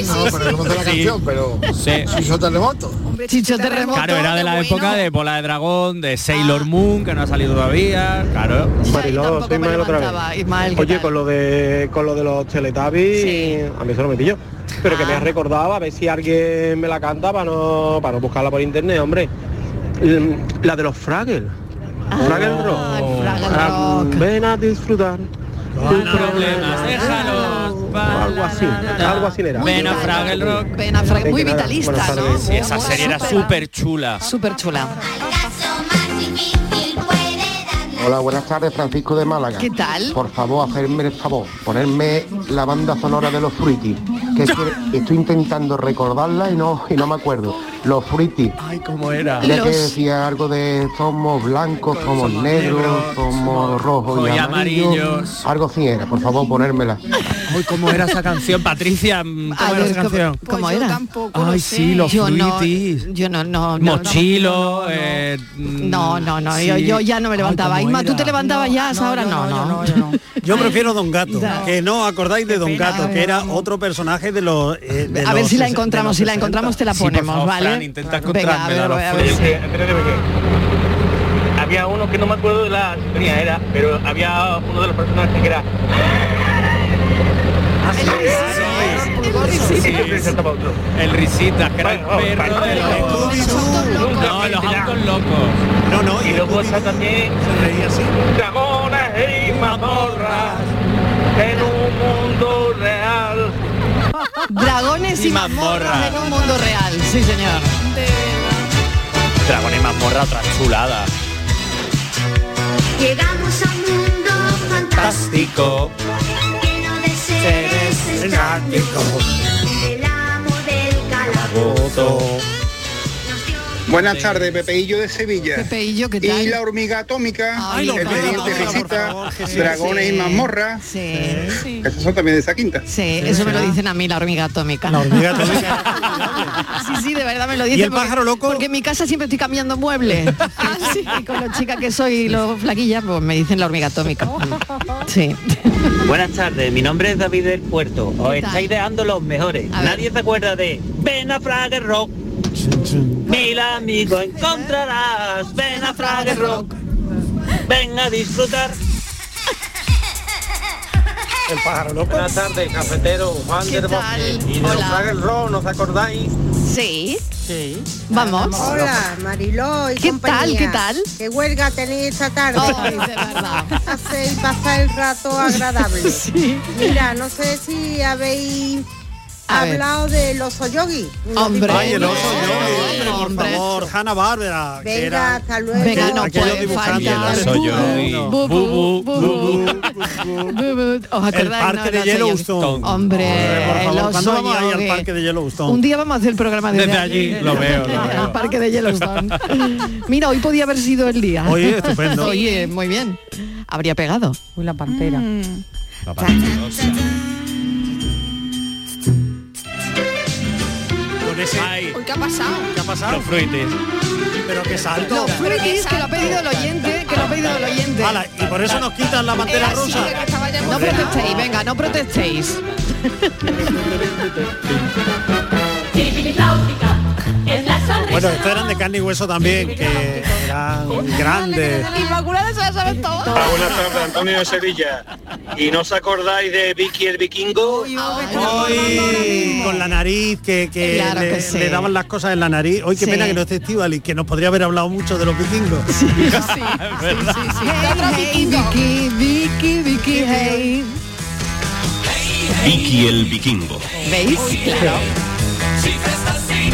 Speaker 17: la
Speaker 4: Sí.
Speaker 17: canción, pero
Speaker 4: Sí.
Speaker 17: Chicho terremoto.
Speaker 3: Chicho Terremoto.
Speaker 4: Claro, era de la época de Bola de Dragón, de Sailor Moon, que no ha salido todavía, claro.
Speaker 17: Mariló, soy Ismael otra
Speaker 3: levantaba,
Speaker 17: vez.
Speaker 3: Ismael, ¿qué
Speaker 17: Oye,
Speaker 3: tal?
Speaker 17: con lo de con lo de los Teletubbies, a mí eso lo metí yo. Pero que me
Speaker 3: Ah.
Speaker 17: has recordado, a ver si alguien me la canta para no, para no buscarla por internet, hombre. L- La de los Fraggles. Fraggle Rock. Ah, Ven a disfrutar. Sin problemas, Algo así, algo así era.
Speaker 4: Ven a Fraggle Rock.
Speaker 3: Ben Affleck, muy vitalista, ¿no?
Speaker 4: Sí, esa serie era súper chula.
Speaker 3: Súper chula.
Speaker 18: Hola, buenas tardes, Francisco de Málaga.
Speaker 3: ¿Qué tal?
Speaker 18: Por favor, hacerme el favor, ponerme la banda sonora de los Fruity, que es que estoy intentando recordarla y no, y no me acuerdo. Los fritis.
Speaker 5: Ay, ¿cómo era?
Speaker 18: Ya que decía algo de somos blancos, somos, negros, somos rojos y,
Speaker 4: y
Speaker 18: amarillos.
Speaker 4: amarillos.
Speaker 18: Algo así era, por favor, ponérmela.
Speaker 4: Uy, ¿cómo era esa canción, Patricia? ¿Cómo
Speaker 3: A
Speaker 4: era
Speaker 3: ver,
Speaker 4: esa
Speaker 3: ¿cómo-
Speaker 4: canción?
Speaker 3: ¿Cómo era? Pues tampoco
Speaker 4: Ay, sí, los
Speaker 3: yo
Speaker 4: fruitis.
Speaker 3: No, yo no, no, no.
Speaker 4: Mochilo, eh,
Speaker 3: No, no, no,
Speaker 4: sí.
Speaker 3: yo, yo ya no me levantaba.
Speaker 5: ¿cómo
Speaker 3: Isma, tú
Speaker 5: era?
Speaker 3: te levantabas ya, ahora no, no.
Speaker 5: Yo prefiero Don Gato,
Speaker 3: Da.
Speaker 5: que no acordáis de Don Gato, que era otro personaje de los... eh, de
Speaker 3: A ver
Speaker 5: los
Speaker 3: si la
Speaker 5: ses- de
Speaker 3: encontramos,
Speaker 5: los
Speaker 3: si la
Speaker 5: 60.
Speaker 3: encontramos te la ponemos, ¿vale? Venga, a ver, voy a ver si-
Speaker 31: Había uno que no me acuerdo de la sintonía era, pero había uno de los personajes que era.
Speaker 8: Ah,
Speaker 4: El risita, que era el perro de los... No, los autos locos.
Speaker 5: No, no,
Speaker 31: y luego está también se reía así. Dragones y mazmorras en un mundo real.
Speaker 3: Dragones y,
Speaker 4: Y
Speaker 3: mazmorras
Speaker 4: mazmorras.
Speaker 3: en un mundo real, sí señor.
Speaker 4: Dragones mazmorra, otra chulada.
Speaker 32: Llegamos al mundo
Speaker 4: Fantástico.
Speaker 32: lleno de seres El amo del
Speaker 33: Buenas tardes, Pepeillo de Sevilla.
Speaker 3: Pepeillo, ¿qué tal?
Speaker 33: Y la hormiga atómica,
Speaker 3: Ay, la
Speaker 33: el
Speaker 3: hormiga
Speaker 33: teniente
Speaker 3: atómica,
Speaker 33: Risita,
Speaker 3: Jesús.
Speaker 33: dragones
Speaker 3: Sí.
Speaker 33: y mazmorra.
Speaker 3: Sí.
Speaker 33: Esos son también de esa quinta.
Speaker 3: Sí, Eso me lo dicen a mí, la hormiga atómica. La
Speaker 33: hormiga
Speaker 3: sí, sí, de verdad me lo
Speaker 33: ¿Y
Speaker 3: dicen.
Speaker 33: el pájaro
Speaker 3: loco? Porque en mi casa siempre estoy cambiando muebles. Así, y con lo chica que soy y lo flaquilla, pues me dicen la hormiga atómica. Sí.
Speaker 2: Buenas tardes, mi nombre es David del Puerto. Os estáis dejando los mejores. Nadie se acuerda de Ben Affleck el Rock. Mil amigos encontrarás Ben Affleck el Rock. Ven a disfrutar.
Speaker 33: El pájaro loco. Buenas tardes, cafetero Juan
Speaker 3: ¿Qué del Bosque. tal? Y de los Hola. Fraggle
Speaker 33: Rock, ¿nos acordáis?
Speaker 3: Sí. Sí. Vamos.
Speaker 2: Hola, Mariló y
Speaker 3: ¿Qué tal,
Speaker 2: compañía.
Speaker 3: qué tal?
Speaker 2: Qué huelga tenéis esta tarde.
Speaker 3: Ay, de verdad.
Speaker 2: Hacéis pasar el rato agradable.
Speaker 3: Sí.
Speaker 2: Mira, no sé si habéis
Speaker 3: A ver.
Speaker 2: hablado de los oyogis.
Speaker 3: Hombre.
Speaker 5: Ay, el oso,
Speaker 3: Hombre,
Speaker 5: yo, por
Speaker 3: hombre.
Speaker 5: favor, Hanna Bárbara, que
Speaker 2: Venga,
Speaker 5: era...
Speaker 2: hasta luego.
Speaker 5: Venga,
Speaker 3: no
Speaker 5: aquellos
Speaker 3: puede
Speaker 5: dibujantes.
Speaker 3: faltar.
Speaker 5: Yo soy yo.
Speaker 3: Bu, bu, bu, bu, bu, Oh. bu. ¿Os
Speaker 5: El
Speaker 3: acordáis?
Speaker 5: parque
Speaker 3: No, no,
Speaker 5: de
Speaker 3: soy yo.
Speaker 5: Yellowstone.
Speaker 3: Hombre,
Speaker 5: por favor,
Speaker 3: el
Speaker 5: ¿cuándo
Speaker 3: oso
Speaker 5: vamos a ir al
Speaker 3: yogi.
Speaker 5: parque de Yellowstone?
Speaker 3: Un día vamos a hacer el programa desde,
Speaker 5: Desde allí, lo veo, lo
Speaker 3: Al parque de Yellowstone. Mira, hoy podía haber sido el día.
Speaker 5: Oye, estupendo.
Speaker 3: Oye, muy bien. Habría pegado. Mm. Uy, la pantera.
Speaker 5: Con ese-
Speaker 3: ¿Qué ha pasado?
Speaker 5: ¿Qué ha pasado?
Speaker 4: Los fruitis.
Speaker 5: Pero qué salto.
Speaker 3: Los fruitis que lo ha pedido el oyente, que lo ha pedido el oyente.
Speaker 5: Ala, y por eso nos quitan la bandera rosa.
Speaker 3: No protestéis, venga, no protestéis.
Speaker 5: Bueno, estos eran de carne y hueso también, que eran grandes.
Speaker 3: Inmaculada se la sabe todo.
Speaker 33: Ah, buenas tardes, Antonio de Sevilla. ¿Y no os acordáis de Vicky el Vikingo?
Speaker 5: Hoy con la nariz, que, que
Speaker 33: Claro
Speaker 5: le,
Speaker 33: que sí.
Speaker 5: le daban las cosas en la nariz. Hoy qué
Speaker 33: Sí.
Speaker 5: pena que no esté Estival y que nos podría haber hablado mucho de los vikingos.
Speaker 3: Hey, Vicky, Vicky, Vicky, hey.
Speaker 12: Vicky el vikingo.
Speaker 3: ¿Veis? Claro.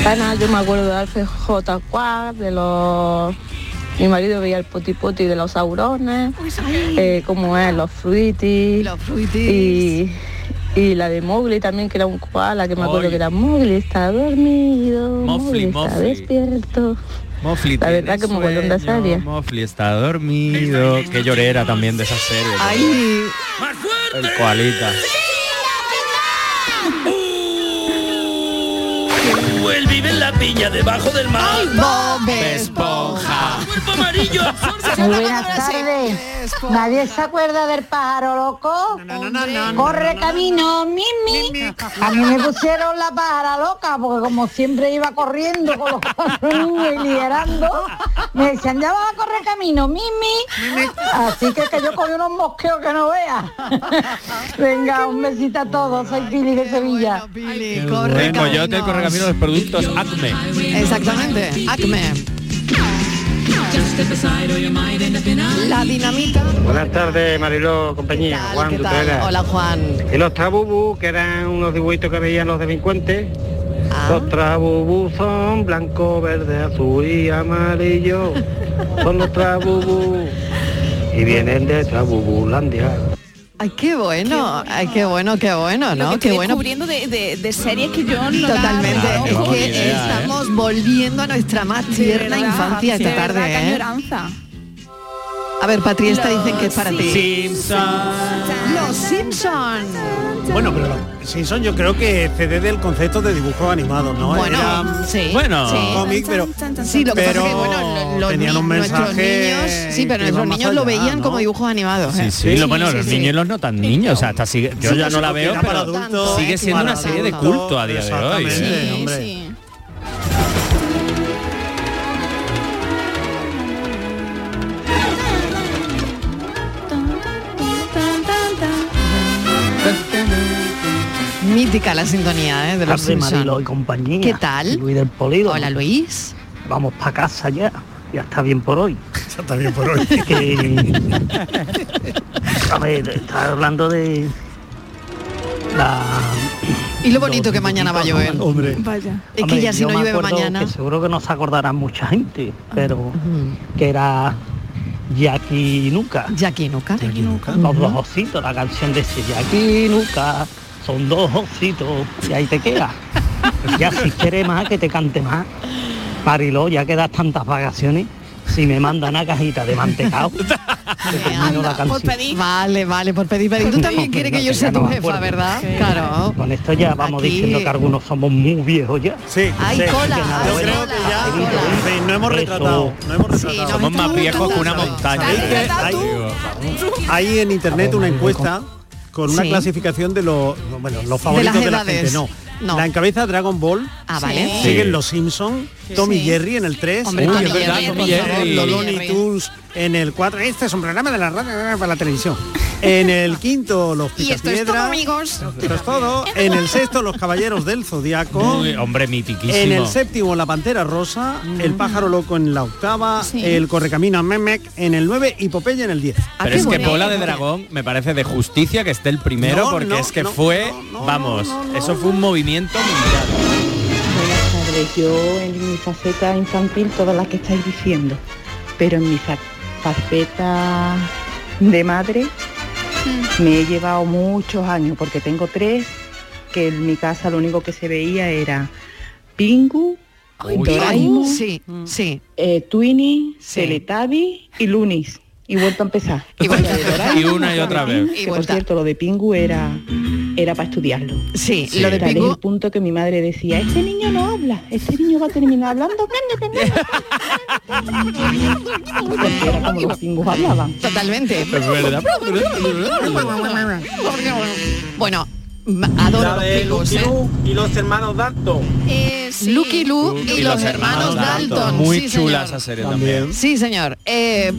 Speaker 15: Ana, yo me acuerdo de Alfred J. Quad, de los... Mi marido veía el potipoti de los saurones, eh, como es, los fruitis. Y, y la de Mowgli también, que era un koala, que me acuerdo
Speaker 4: Ay.
Speaker 15: que era Mowgli, está dormido, Mowgli
Speaker 4: Mowgli,
Speaker 15: está
Speaker 4: Mowgli.
Speaker 15: despierto.
Speaker 4: Mofli
Speaker 15: La verdad
Speaker 4: tiene
Speaker 15: que mogollón de
Speaker 4: sueño,
Speaker 15: series.
Speaker 4: Mofli está dormido. Que llorera también de esa serie.
Speaker 3: Ay.
Speaker 4: El coalita.
Speaker 32: Él vive en la piña debajo del mar.
Speaker 3: Bob
Speaker 32: Esponja. Cuerpo amarillo.
Speaker 21: Muy buenas tardes. ¿Nadie se acuerda del pájaro loco? Corre camino, mimi. A mí me pusieron la pájara loca porque como siempre iba corriendo con los cuatro niños y liderando, me decían, ya vas a correr camino, mimi. Así que, que yo cogí unos mosqueos que no veas. Venga, un besito a todos. Soy Pili de Sevilla.
Speaker 4: El coyote, el correcamino de los productos Acme.
Speaker 3: Exactamente, Acme. La dinamita.
Speaker 6: Buenas tardes, Mariló, compañía. Juan
Speaker 3: ¿Qué tal?
Speaker 6: Tutela.
Speaker 3: Hola Juan.
Speaker 6: Y los tabubú, que eran unos dibujitos que veían los delincuentes.
Speaker 3: Ah.
Speaker 6: Los trabubú son blanco, verde, azul y amarillo. son los trabubú. Y vienen de Trabubulandia.
Speaker 3: Ay, qué bueno, ay, qué bueno, qué bueno,
Speaker 27: Lo que
Speaker 3: ¿no?
Speaker 27: estoy
Speaker 3: Qué bueno.
Speaker 27: descubriendo de, de- de series que yo no
Speaker 3: Totalmente.
Speaker 27: la-
Speaker 3: es que estamos volviendo a nuestra más
Speaker 27: De
Speaker 3: tierna
Speaker 27: verdad,
Speaker 3: infancia
Speaker 27: de
Speaker 3: esta
Speaker 27: verdad,
Speaker 3: tarde,
Speaker 27: qué
Speaker 3: ¿eh?
Speaker 27: añoranza.
Speaker 3: A ver, Patri, esta dicen que es para ti.
Speaker 5: Los
Speaker 3: Simpson.
Speaker 5: Bueno, pero los Simpson yo creo que cede del concepto de dibujo animado, ¿no?
Speaker 3: Bueno, sí. Bueno. sí.
Speaker 5: cómic, pero
Speaker 3: Sí, lo que pasa es que,
Speaker 5: pero
Speaker 3: bueno, lo- los
Speaker 5: tenían
Speaker 3: ni-
Speaker 5: un
Speaker 3: nuestros
Speaker 5: mensaje
Speaker 3: niños, sí, pero
Speaker 5: que iba
Speaker 3: nuestros
Speaker 5: más
Speaker 3: niños lo
Speaker 5: allá,
Speaker 3: veían
Speaker 5: ¿no?
Speaker 3: como dibujos animados.
Speaker 4: Sí,
Speaker 3: ¿eh?
Speaker 4: sí, lo bueno, los
Speaker 3: sí.
Speaker 4: niños y los no tan niños, o sea, hasta sigue, yo
Speaker 5: Sí,
Speaker 4: ya
Speaker 5: sí,
Speaker 4: no la
Speaker 5: porque
Speaker 4: veo,
Speaker 5: era para
Speaker 4: pero
Speaker 5: adultos,
Speaker 4: sigue
Speaker 5: ¿eh?
Speaker 4: siendo
Speaker 5: Para
Speaker 4: una serie de
Speaker 5: adultos,
Speaker 4: culto a día de hoy. ¿eh?
Speaker 5: exactamente, Sí, hombre.
Speaker 3: Mítica la sintonía ¿eh? de los
Speaker 2: Tarde,
Speaker 3: Simpson.
Speaker 2: Marilo y compañía.
Speaker 3: ¿Qué tal?
Speaker 2: Luis del Polido.
Speaker 3: Hola, Luis.
Speaker 2: Vamos para casa ya. Ya está bien por hoy. Ya está bien por hoy. a ver, estás hablando de la...
Speaker 3: Y lo bonito que mañana va a llover.
Speaker 2: Hombre.
Speaker 3: Vaya. Es que
Speaker 2: Hombre,
Speaker 3: ya si
Speaker 2: yo
Speaker 3: no
Speaker 2: me
Speaker 3: llueve
Speaker 2: acuerdo
Speaker 3: mañana.
Speaker 2: que seguro que no se acordará mucha gente, pero que era Jackie Nuca.
Speaker 3: Jackie Nuca.
Speaker 2: Los dos ositos, la canción de ese Jackie Nuca. Son dos ositos y ahí te queda. ya si quieres más, que te cante más. Mariló, ya que das tantas vacaciones, si me manda una cajita de mantecado, te termino la canción.
Speaker 3: Vale, vale, por pedir, pedir. Tú también quieres que yo sea tu jefa, ¿verdad? Claro.
Speaker 2: Con esto ya vamos
Speaker 3: Aquí-
Speaker 2: diciendo que algunos somos muy viejos ya.
Speaker 5: Sí,
Speaker 3: Hay cola, hay cola.
Speaker 5: no hemos retratado, no hemos retratado.
Speaker 4: Somos más viejos que una montaña.
Speaker 5: ¿Sabéis que hay- Hay en internet una encuesta con una
Speaker 4: Sí.
Speaker 5: clasificación de los no, bueno, los favoritos
Speaker 4: las
Speaker 5: de la
Speaker 4: edades.
Speaker 5: gente, no.
Speaker 4: No.
Speaker 5: La encabeza Dragon Ball.
Speaker 3: Ah, vale. Sí.
Speaker 5: Siguen los Simpson, Tommy
Speaker 3: Sí.
Speaker 5: Jerry en el 3,
Speaker 3: Hombre, Uy, Tom es y verdad, Jerry, Tom y por favor, Jerry.
Speaker 5: los
Speaker 3: Tom y
Speaker 5: Looney
Speaker 3: Jerry.
Speaker 5: Tunes en el 4. Este es un programa de la radio para la televisión. En el quinto los
Speaker 3: Y esto es todo,
Speaker 5: Picapiedra.
Speaker 3: amigos.
Speaker 5: Esto es todo. En el sexto los Caballeros del Zodiaco.
Speaker 4: Uy, hombre, mitiquísimo.
Speaker 5: En el séptimo, la pantera rosa,
Speaker 3: Mm.
Speaker 5: el pájaro loco en la octava,
Speaker 4: Sí.
Speaker 5: el correcamino Memec en el 9 y Popeye en el 10.
Speaker 3: Ah,
Speaker 4: Pero es que Bola de Dragón me parece de justicia que esté el primero
Speaker 5: No,
Speaker 4: porque
Speaker 5: no,
Speaker 4: es que
Speaker 5: no,
Speaker 4: fue, vamos, eso fue un movimiento mundial.
Speaker 21: Padre, yo en mi faceta infantil, todas las que estáis diciendo, pero en mi fa- faceta de madre me he llevado muchos años, porque tengo tres, que en mi casa lo único que se veía era Pingu, Doraemon,
Speaker 3: Sí, sí.
Speaker 21: eh, Twinny, Teletubby y Lunis. Y vuelto a empezar.
Speaker 4: Y
Speaker 21: vuelta a
Speaker 4: Y una y otra vez.
Speaker 21: que, por cierto, lo de Pingu era era para estudiarlo.
Speaker 3: Sí,
Speaker 4: lo de
Speaker 21: Tal es
Speaker 4: Pingu-
Speaker 21: el punto que mi madre decía, este niño no habla, este niño va a terminar hablando, hablando, hablando, hablando, hablando". Porque era como los pingus hablaban.
Speaker 3: Totalmente.
Speaker 21: Es verdad.
Speaker 3: Bueno, m- adoro
Speaker 21: La
Speaker 3: los
Speaker 21: de
Speaker 3: picos,
Speaker 21: Lucky
Speaker 3: ¿eh?
Speaker 21: y los hermanos Dalton.
Speaker 3: Lucky Lu y, los, hermanos Dalton.
Speaker 4: Muy
Speaker 3: sí,
Speaker 4: chula
Speaker 3: señor.
Speaker 4: esa serie también.
Speaker 3: Sí, señor. Eh,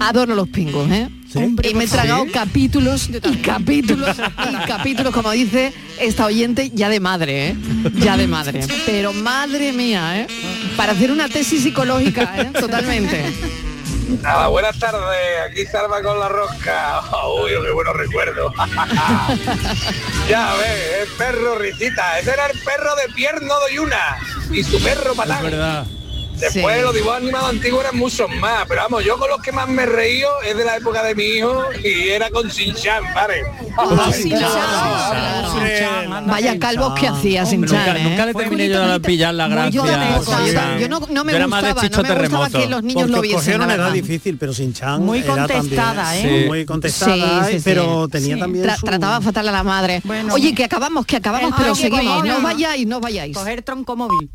Speaker 3: adoro los pingos, ¿eh? Hombre, y me he
Speaker 4: por
Speaker 3: tragado
Speaker 4: favor.
Speaker 3: capítulos y capítulos y capítulos, como dice esta oyente, ya de madre, ¿eh? Ya de madre. Pero madre mía, ¿eh? Para hacer una tesis psicológica, ¿eh? Totalmente.
Speaker 6: Nada, buenas tardes, aquí Salva con la rosca. Uy, qué buenos recuerdos. ya ves, el perro risita. Ese era el perro de pierno de Yuna y su perro patán.
Speaker 4: verdad.
Speaker 6: Después
Speaker 4: Sí.
Speaker 6: los dibujos animados antiguos eran muchos más, pero vamos, yo con los que más me he reído es de la época de mi hijo y era con Sinchan, ¿vale?
Speaker 3: Ah, Vaya calvos que hacía sin ¿eh?
Speaker 4: Nunca, nunca le terminé yo de pillar la gracia.
Speaker 3: Yo tampoco,
Speaker 4: a
Speaker 3: yo
Speaker 4: Sinchan.
Speaker 3: tam- yo no- no me
Speaker 4: era más de
Speaker 3: gustaba,
Speaker 4: chicho
Speaker 3: no me gustaba
Speaker 4: terremoto.
Speaker 3: que los niños lo
Speaker 5: Porque
Speaker 3: viesen,
Speaker 5: cogieron
Speaker 3: la
Speaker 5: una edad
Speaker 3: verdad.
Speaker 5: difícil, pero sin Chan
Speaker 3: Muy
Speaker 5: era
Speaker 3: contestada,
Speaker 5: también-
Speaker 3: ¿eh?
Speaker 5: Muy contestada,
Speaker 3: Sí, sí, sí.
Speaker 5: pero tenía
Speaker 3: Sí.
Speaker 5: también
Speaker 3: Tra-
Speaker 5: su-
Speaker 3: Trataba fatal a la madre. Oye, que acabamos, que
Speaker 8: el
Speaker 3: acabamos,
Speaker 4: Eh,
Speaker 3: pero
Speaker 8: tronco
Speaker 3: seguimos.
Speaker 8: móvil,
Speaker 3: No
Speaker 8: ¿no?
Speaker 3: vayáis, no vayáis.
Speaker 8: Coger tronco móvil.